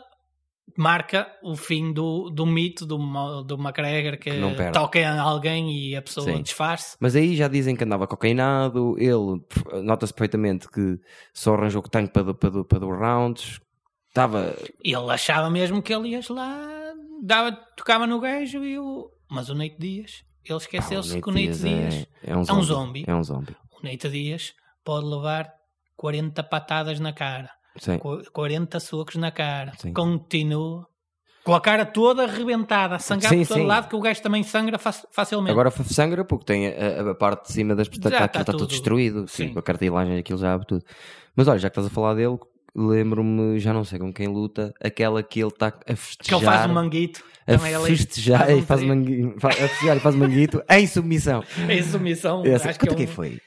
Speaker 5: marca o fim do, do mito do, Mo- do McGregor que,
Speaker 6: Que não perde.
Speaker 5: toca em alguém e a pessoa
Speaker 6: Sim.
Speaker 5: disfarce.
Speaker 6: Mas aí já dizem que andava cocainado, ele pff, nota-se perfeitamente que só arranjou o tanque para, do- para, do- para dois rounds, Estava.
Speaker 5: Ele achava mesmo que ele ia lá, dava, tocava no gajo e o. Mas o Neito Dias, ele
Speaker 6: Ah,
Speaker 5: esqueceu-se que o Neito Dias,
Speaker 6: é, é um
Speaker 5: é um
Speaker 6: zombie.
Speaker 5: zombie.
Speaker 6: É um zombie.
Speaker 5: o Neito Dias pode levar 40 patadas na cara,
Speaker 6: Sim.
Speaker 5: qu- 40 socos na cara,
Speaker 6: Sim.
Speaker 5: continua. Com a cara toda arrebentada, a sangrar
Speaker 6: Sim,
Speaker 5: por todo
Speaker 6: sim.
Speaker 5: lado, que o gajo também sangra fac- facilmente.
Speaker 6: Agora foi sangra porque tem a, a- a parte de cima das pestanas,
Speaker 5: Já
Speaker 6: está,
Speaker 5: está
Speaker 6: tudo
Speaker 5: tudo.
Speaker 6: destruído,
Speaker 5: Sim.
Speaker 6: tipo, a cartilagem aquilo já abre tudo. Mas olha, já que estás a falar dele, lembro-me, já não sei com quem luta, aquela que ele está a
Speaker 5: que
Speaker 6: festejar.
Speaker 5: ele faz um manguito.
Speaker 6: a
Speaker 5: também ali,
Speaker 6: festejar, e faz
Speaker 5: um
Speaker 6: manguinho, fa- a festejar e faz um manguito em submissão.
Speaker 5: tri- Em submissão.
Speaker 6: Essa,
Speaker 5: acho que
Speaker 6: conta
Speaker 5: é
Speaker 6: quem
Speaker 5: um-
Speaker 6: foi?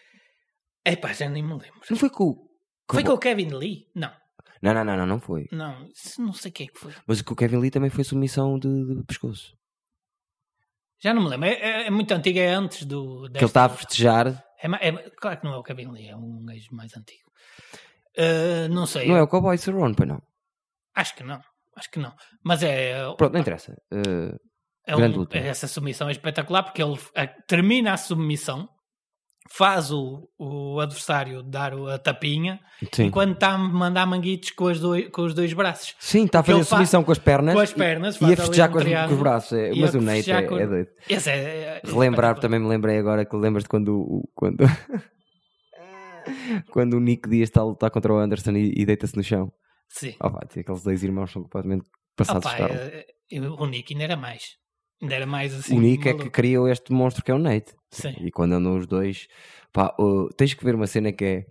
Speaker 5: Epá, já nem me lembro.
Speaker 6: Não foi com o. com
Speaker 5: Foi
Speaker 6: o-
Speaker 5: com o Kevin Lee? Não,
Speaker 6: Não, não, não, não, não foi.
Speaker 5: não, isso não sei quem é que foi.
Speaker 6: Mas o que o Kevin Lee também foi submissão de, de pescoço.
Speaker 5: Já não me lembro. É, é- é muito antigo, é antes do.
Speaker 6: Que ele está a festejar,
Speaker 5: é, ma- é- claro que não é o Kevin Lee, é um gajo mais antigo. Ah, não sei,
Speaker 6: não é o Cowboy Cerrone, pois não.
Speaker 5: acho que não. Acho que não. Mas é,
Speaker 6: Pronto, não interessa. Eh,
Speaker 5: é
Speaker 6: grande
Speaker 5: um-
Speaker 6: luta.
Speaker 5: essa submissão é espetacular porque ele ah, termina a submissão, faz o, o adversário dar o- a tapinha
Speaker 6: sim.
Speaker 5: enquanto está a mandar manguitos com, as doi- com os dois braços.
Speaker 6: Sim, está a
Speaker 5: Porque
Speaker 6: fazer
Speaker 5: ele fa-
Speaker 6: submissão com as pernas.
Speaker 5: com as pernas,
Speaker 6: e-
Speaker 5: faz
Speaker 6: E a
Speaker 5: ali
Speaker 6: festejar
Speaker 5: um
Speaker 6: com, as-
Speaker 5: triângulo,
Speaker 6: com os braços. é.
Speaker 5: e
Speaker 6: Mas
Speaker 5: a
Speaker 6: o Nate
Speaker 5: festejar
Speaker 6: é,
Speaker 5: com-
Speaker 6: é doido.
Speaker 5: Esse é- é-
Speaker 6: Relembrar
Speaker 5: espetacular.
Speaker 6: também me lembrei agora que lembras-te quando, o- quando, quando o Nick Dias está a lutar contra o Anderson e, e deita-se no chão.
Speaker 5: Sim.
Speaker 6: Oh, pá, aqueles dois irmãos são completamente passados
Speaker 5: Opa,
Speaker 6: de tarde.
Speaker 5: eh, eh, o Nick ainda era mais. Ainda era mais assim.
Speaker 6: o Nick é que
Speaker 5: maluco.
Speaker 6: criou este monstro que é o Nate.
Speaker 5: Sim.
Speaker 6: E quando andam os dois, pá, o- tens que ver uma cena que é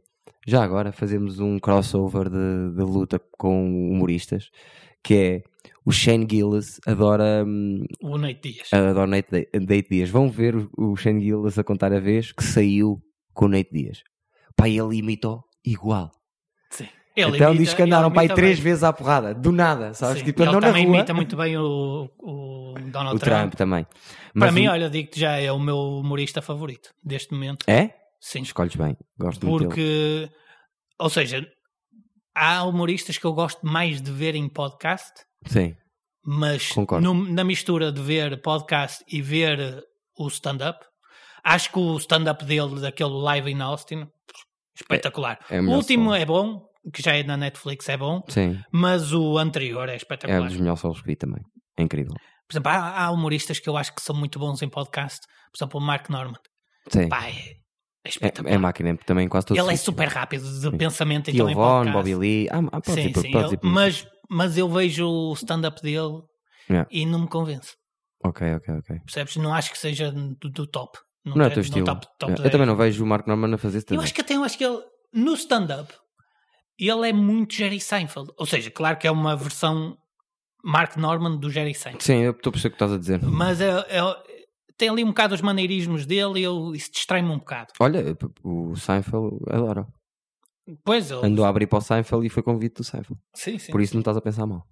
Speaker 6: já agora fazemos um crossover de, de luta com humoristas que é o Shane Gillis adora, hum,
Speaker 5: O Nate Dias.
Speaker 6: adora Nate, Day- Nate Dias. Vão ver o, o Shane Gillis a contar a vez que saiu com o Nate Dias. Pá, ele imitou igual.
Speaker 5: Sim.
Speaker 6: então
Speaker 5: imita-
Speaker 6: diz que
Speaker 5: ele
Speaker 6: andaram pá, aí
Speaker 5: imita
Speaker 6: três
Speaker 5: bem.
Speaker 6: vezes à porrada, do nada, sabes?
Speaker 5: Sim.
Speaker 6: Tipo,
Speaker 5: ele
Speaker 6: andam na
Speaker 5: também
Speaker 6: rua.
Speaker 5: imita muito bem o, o Donald
Speaker 6: O Trump,
Speaker 5: Trump.
Speaker 6: também.
Speaker 5: Para
Speaker 6: Mas
Speaker 5: mim,
Speaker 6: o-
Speaker 5: olha, digo-te já, é o meu humorista favorito deste momento.
Speaker 6: É?
Speaker 5: Sim.
Speaker 6: Escolhes bem. Gosto muito dele.
Speaker 5: Porque, ou seja, há humoristas que eu gosto mais de ver em podcast
Speaker 6: Sim.
Speaker 5: mas
Speaker 6: Concordo.
Speaker 5: no- na mistura de ver podcast e ver eh, o stand-up, acho que o stand-up dele, daquele live in Austin, espetacular.
Speaker 6: É- é
Speaker 5: o
Speaker 6: o melhor
Speaker 5: último
Speaker 6: som.
Speaker 5: é bom, que já é na Netflix, é bom,
Speaker 6: Sim.
Speaker 5: mas o anterior é
Speaker 6: É um
Speaker 5: espetacular.
Speaker 6: dos melhores solos que vi também. É incrível.
Speaker 5: Por exemplo, há, há humoristas que eu acho que são muito bons em podcast, por exemplo, o Mark Norman.
Speaker 6: Sim.
Speaker 5: Pá, é, é espetacular.
Speaker 6: É, é máquina também quase todo.
Speaker 5: Ele é super rápido de pensamento, então
Speaker 6: Gil
Speaker 5: em
Speaker 6: Von,
Speaker 5: podcast.
Speaker 6: Bobby Lee. Ah, ah, pode
Speaker 5: Sim,
Speaker 6: ir por-
Speaker 5: sim.
Speaker 6: pode
Speaker 5: ele-
Speaker 6: ir por-
Speaker 5: mas, mas eu vejo o stand-up dele
Speaker 6: tipo- Yeah.
Speaker 5: e não me convence.
Speaker 6: Ok, ok, ok.
Speaker 5: Percebes? Não acho que seja do, do top.
Speaker 6: Não é o
Speaker 5: tem-
Speaker 6: teu estilo.
Speaker 5: top- top
Speaker 6: É,
Speaker 5: 10.
Speaker 6: Eu também não vejo o Mark Norman a fazer isso
Speaker 5: Eu
Speaker 6: também.
Speaker 5: acho que até eu acho que ele, no stand-up, ele é muito Jerry Seinfeld. Ou seja, claro que é uma versão Mark Norman do Jerry Seinfeld.
Speaker 6: Sim, eu estou a perceber o que estás a dizer.
Speaker 5: Mas é, é- tem ali um bocado os maneirismos dele e eu, isso distrai-me um bocado.
Speaker 6: Olha, o Seinfeld, adoro.
Speaker 5: Pois ele.
Speaker 6: Andou a abrir para o Seinfeld e foi convite do Seinfeld.
Speaker 5: Sim, sim.
Speaker 6: Por isso não estás a pensar mal.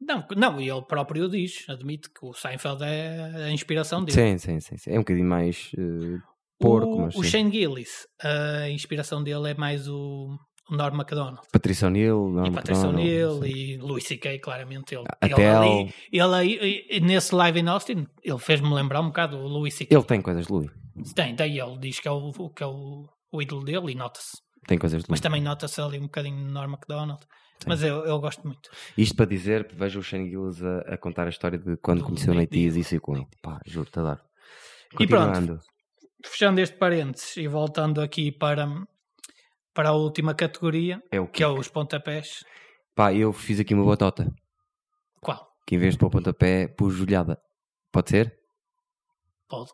Speaker 5: Não, não, e ele próprio diz, admite que o Seinfeld é a inspiração dele.
Speaker 6: Sim, sim, sim. sim. É um bocadinho mais eh, porco,
Speaker 5: o,
Speaker 6: mas.
Speaker 5: o
Speaker 6: sim.
Speaker 5: Shane Gillis, a inspiração dele é mais o, o Norm MacDonald.
Speaker 6: Patrícia O'Neill, não
Speaker 5: e Patrícia
Speaker 6: não,
Speaker 5: O'Neill
Speaker 6: sim.
Speaker 5: e Louis C.K., claramente. Ele,
Speaker 6: A-
Speaker 5: ele
Speaker 6: até
Speaker 5: ali, ele aí, e- e nesse live in Austin, ele fez-me lembrar um bocado o Louis C.K.
Speaker 6: Ele tem coisas de Louis.
Speaker 5: Tem, daí ele diz que é o, o- que é o, o ídolo dele e nota-se.
Speaker 6: Tem coisas de Louis.
Speaker 5: Mas também nota-se ali um bocadinho de Norm MacDonald. Mas eu, eu gosto muito.
Speaker 6: Isto para dizer, vejo o Shane Gillis a, a contar a história de quando
Speaker 5: Do
Speaker 6: conheceu o
Speaker 5: Nate
Speaker 6: Nate Diaz e
Speaker 5: Diaz.
Speaker 6: saiu com ele. Pá, juro-te, adoro.
Speaker 5: é E pronto.
Speaker 6: Continuando.
Speaker 5: Fechando este parênteses e voltando aqui para, para a última categoria,
Speaker 6: É o
Speaker 5: que
Speaker 6: que
Speaker 5: é os pontapés.
Speaker 6: Pá, eu fiz aqui uma batota.
Speaker 5: Qual?
Speaker 6: Que em vez de pôr pontapé, pus julhada. Pode ser?
Speaker 5: Pode.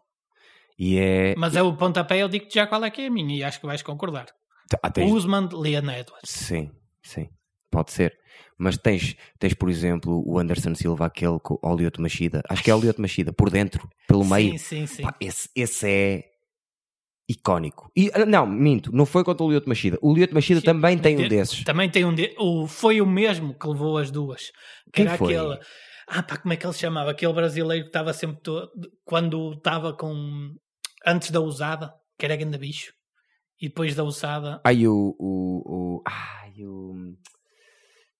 Speaker 6: E é.
Speaker 5: Mas é o pontapé, eu digo-te já qual é que é a minha e acho que vais concordar.
Speaker 6: Ah, tens-
Speaker 5: Usman Leon Edwards.
Speaker 6: Sim, sim. Pode ser. Mas tens, tens, por exemplo, o Anderson Silva, aquele com o Oliot Machida. Acho que é Oliot Machida, por dentro, pelo meio.
Speaker 5: Sim, sim, sim.
Speaker 6: Pá, esse, esse é icónico. E, ah, não, minto, não foi contra o Lioto Machida. O Lioto Machida
Speaker 5: Sim,
Speaker 6: também tem um
Speaker 5: de-
Speaker 6: desses.
Speaker 5: Também tem um de... o Foi o mesmo que levou as duas. Que
Speaker 6: Quem
Speaker 5: era
Speaker 6: foi?
Speaker 5: aquele. Ah, pá, como é que ele se chamava? Aquele brasileiro que estava sempre todo. Quando estava com. Antes da usada, que era grande bicho. E depois da usada.
Speaker 6: Ai, o. o, o eh, ai, o.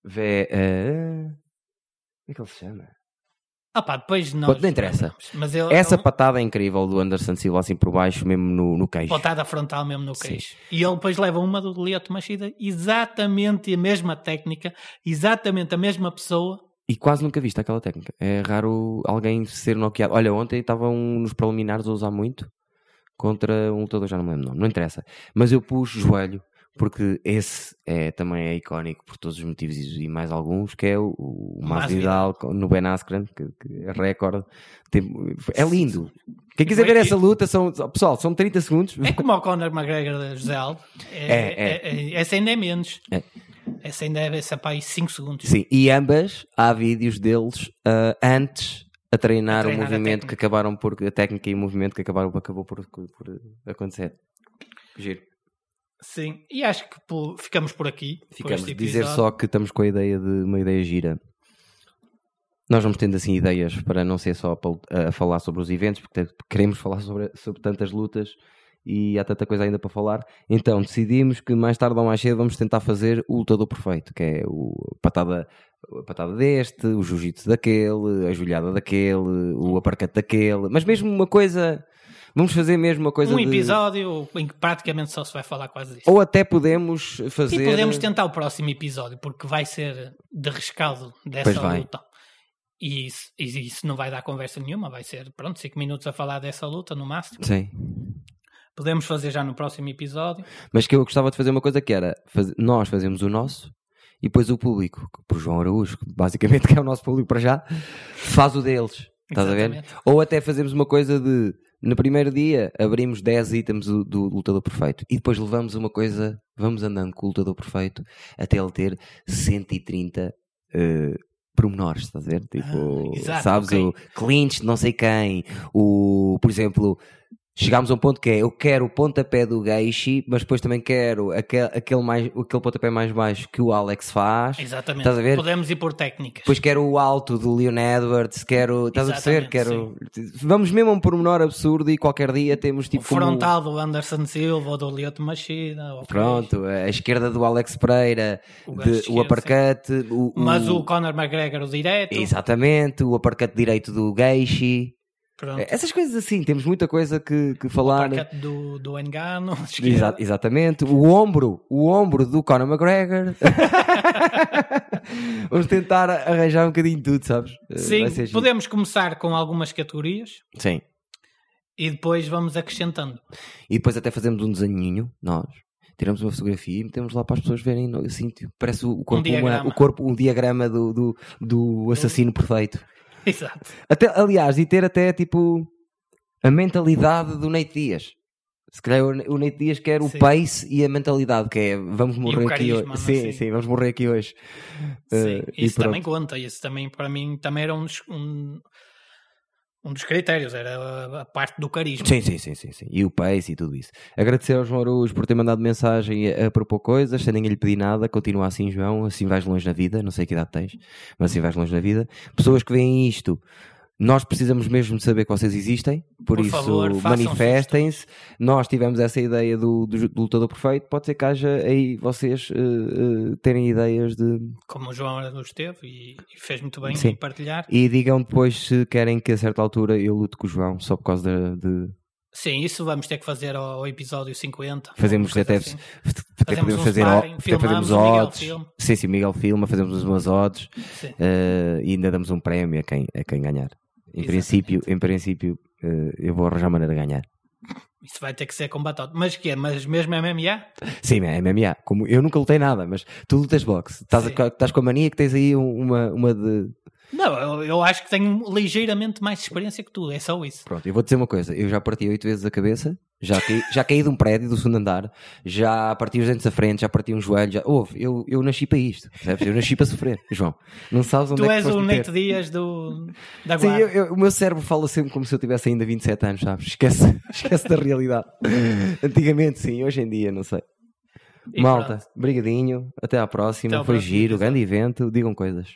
Speaker 6: Vé. ah, como é que ele se chama?
Speaker 5: Ah pá, depois não.
Speaker 6: Pronto, não interessa.
Speaker 5: Mas ele, um-
Speaker 6: Essa
Speaker 5: ele,
Speaker 6: patada incrível do Anderson Silva assim por baixo, mesmo no, no queixo.
Speaker 5: patada frontal mesmo no queixo. E ele depois leva uma do Leoto Machida, exatamente a mesma técnica, exatamente a mesma pessoa.
Speaker 6: E quase nunca viste aquela técnica. É raro alguém ser noqueado. Olha, ontem estava um nos preliminares a usar muito contra um lutador, já não me lembro o nome, não interessa. Mas eu pus joelho, porque esse é, também é icónico por todos os motivos e e mais alguns, que é o, o Masvidal no Ben Askren, que, que é recorde. Tem- É lindo. Quem quiser ver essa luta, são, pessoal, são 30 segundos.
Speaker 5: É como o Conor McGregor da José Aldo. É,
Speaker 6: É, é.
Speaker 5: é- é- essa ainda é menos.
Speaker 6: É.
Speaker 5: Essa ainda é essa pá aí 5 segundos.
Speaker 6: Sim, e ambas há vídeos deles ah, antes a treinar,
Speaker 5: A treinar
Speaker 6: o
Speaker 5: a
Speaker 6: movimento que
Speaker 5: técnica.
Speaker 6: acabaram por a técnica e o movimento que acabaram acabou por, por acontecer. Giro.
Speaker 5: Sim. E acho que pô, ficamos por aqui. por
Speaker 6: Ficamos
Speaker 5: este
Speaker 6: de dizer
Speaker 5: episódio.
Speaker 6: só que estamos com a ideia de uma ideia gira. Nós vamos tendo assim ideias para não ser só pa- a falar sobre os eventos, porque te- queremos falar sobre, sobre tantas lutas e há tanta coisa ainda para falar. Então decidimos que mais tarde ou mais cedo vamos tentar fazer o lutador perfeito, que é o patada, a patada deste, o jiu-jitsu daquele, a joelhada daquele, o aparcate daquele, mas mesmo uma coisa. Vamos fazer mesmo uma coisa
Speaker 5: Um
Speaker 6: de-
Speaker 5: episódio em que praticamente só se vai falar quase disso.
Speaker 6: Ou até podemos fazer.
Speaker 5: E podemos tentar o próximo episódio, porque vai ser de rescaldo
Speaker 6: Pois
Speaker 5: dessa
Speaker 6: vai.
Speaker 5: luta. E isso, e isso não vai dar conversa nenhuma, vai ser, pronto, 5 minutos a falar dessa luta no máximo.
Speaker 6: Sim.
Speaker 5: Podemos fazer já no próximo episódio.
Speaker 6: Mas que eu gostava de fazer uma coisa que era faz- nós fazemos o nosso e depois o público, que por João Araújo, que basicamente que é o nosso público para já, faz o deles. Estás a ver?
Speaker 5: Exatamente.
Speaker 6: Ou até fazemos uma coisa de no primeiro dia abrimos 10 itens do, do lutador perfeito e depois levamos uma coisa, vamos andando com o lutador perfeito até ele ter 130 eh, pormenores, estás a ver? Tipo,
Speaker 5: Ah, exato,
Speaker 6: sabes,
Speaker 5: ok.
Speaker 6: o clinch de não sei quem, o, por exemplo, chegámos a um ponto que é eu quero o pontapé do Geishi, mas depois também quero aquele, aquele, mais, aquele pontapé mais baixo que o Alex faz.
Speaker 5: Exatamente.
Speaker 6: Estás a ver?
Speaker 5: Podemos ir por técnicas.
Speaker 6: Depois quero o alto do Leon Edwards, quero. Estás a perceber? Quero.
Speaker 5: Exatamente,
Speaker 6: Vamos mesmo a um pormenor absurdo e qualquer dia temos
Speaker 5: o
Speaker 6: tipo. como-
Speaker 5: frontal do Anderson Silva ou do Lioto Machida. ou- é.
Speaker 6: Pronto, a esquerda do Alex Pereira,
Speaker 5: O
Speaker 6: de-
Speaker 5: gajo
Speaker 6: o,
Speaker 5: esquerdo,
Speaker 6: aparcate. O,
Speaker 5: Mas o Conor McGregor, o direto.
Speaker 6: Exatamente, o aparcate direito do Geishi.
Speaker 5: Pronto.
Speaker 6: Essas coisas assim, temos muita coisa que, que falar.
Speaker 5: Uppercut do, do Engano.
Speaker 6: Exa- exatamente, o ombro, o ombro do Conor McGregor. Vamos tentar arranjar um bocadinho tudo, sabes? Eh,
Speaker 5: Sim,
Speaker 6: Vai ser giro.
Speaker 5: podemos começar com algumas categorias
Speaker 6: Sim.
Speaker 5: e depois vamos acrescentando.
Speaker 6: E depois até fazemos um desenhinho, nós. Tiramos uma fotografia e metemos lá para as pessoas verem, no- assim, tipo, parece o corpo, uma-
Speaker 5: diagrama.
Speaker 6: o corpo, um diagrama do, do, do assassino perfeito.
Speaker 5: Exato.
Speaker 6: Até, aliás, e ter até, tipo, a mentalidade do Nate Dias. Se calhar o Ne- o Nate Dias quer o
Speaker 5: Sim.
Speaker 6: pace e a mentalidade, que é, vamos morrer aqui
Speaker 5: carisma,
Speaker 6: hoje.
Speaker 5: não é?
Speaker 6: Sim, sim,
Speaker 5: Sim.
Speaker 6: vamos morrer aqui hoje.
Speaker 5: Sim,
Speaker 6: Eh, e
Speaker 5: isso também
Speaker 6: pronto.
Speaker 5: conta. Isso também, para mim, também era um dos, um, um dos critérios. Era a- a parte do carisma.
Speaker 6: Sim, sim, sim, sim, sim. E o Pace e tudo isso. Agradecer ao João Araújo por ter mandado mensagem a, a propor coisas, sem ninguém lhe pedir nada. Continua assim, João. Assim vais longe na vida. Não sei que idade tens, mas assim vais longe na vida. Pessoas que veem isto, nós precisamos mesmo de saber que vocês existem. Por,
Speaker 5: Por
Speaker 6: isso,
Speaker 5: favor, façam
Speaker 6: manifestem-se. Nós tivemos essa ideia do, do, do lutador perfeito. Pode ser que haja aí vocês eh, eh, terem ideias de.
Speaker 5: Como o João Araújo teve e, e fez muito bem
Speaker 6: Sim.
Speaker 5: em partilhar.
Speaker 6: E digam depois se querem que a certa altura eu lute com o João, só por causa da- de.
Speaker 5: Sim, isso vamos ter que fazer ao, ao episódio 50.
Speaker 6: Fazemos
Speaker 5: Coisa
Speaker 6: até,
Speaker 5: assim.
Speaker 6: até
Speaker 5: Fazemos
Speaker 6: podemos
Speaker 5: um
Speaker 6: fazer,
Speaker 5: sparring,
Speaker 6: o- até
Speaker 5: filmamos,
Speaker 6: fazemos
Speaker 5: o Miguel
Speaker 6: odds.
Speaker 5: filma.
Speaker 6: Sim, sim, o Miguel filma, fazemos umas odds
Speaker 5: assim. Sim.
Speaker 6: eh, e ainda damos um prémio a quem, a quem ganhar. Em
Speaker 5: Exatamente.
Speaker 6: princípio, em princípio eh, eu vou arranjar maneira de ganhar.
Speaker 5: Isso vai ter que ser combatido. Mas que é? Mas mesmo MMA?
Speaker 6: Sim, é MMA. Como, eu nunca lutei nada, mas tu lutas boxe. Estás, a-
Speaker 5: Sim.
Speaker 6: estás com a mania que tens aí um- uma, uma de.
Speaker 5: Não, eu, eu acho que tenho ligeiramente mais experiência que tu. É só isso.
Speaker 6: Pronto, eu vou dizer uma coisa. Eu já parti oito vezes a cabeça, já caí, já caí de um prédio do segundo andar, já parti os dentes à frente, já parti um joelho. Já... Ouve, eu, eu nasci para isto. percebes? Eu nasci para sofrer, João. Não sabes onde
Speaker 5: tu
Speaker 6: é que
Speaker 5: és um
Speaker 6: foste
Speaker 5: o
Speaker 6: meter.
Speaker 5: Nate Dias do, da
Speaker 6: Sim,
Speaker 5: Guarda.
Speaker 6: eu- eu- o meu cérebro fala sempre como se eu tivesse ainda 27 anos, sabes? Esquece, esquece da realidade. Antigamente sim, hoje em dia não sei.
Speaker 5: E
Speaker 6: Malta,
Speaker 5: pronto.
Speaker 6: brigadinho, até à próxima.
Speaker 5: Até ao
Speaker 6: Foi
Speaker 5: próximo
Speaker 6: giro, grande evento. Digam coisas.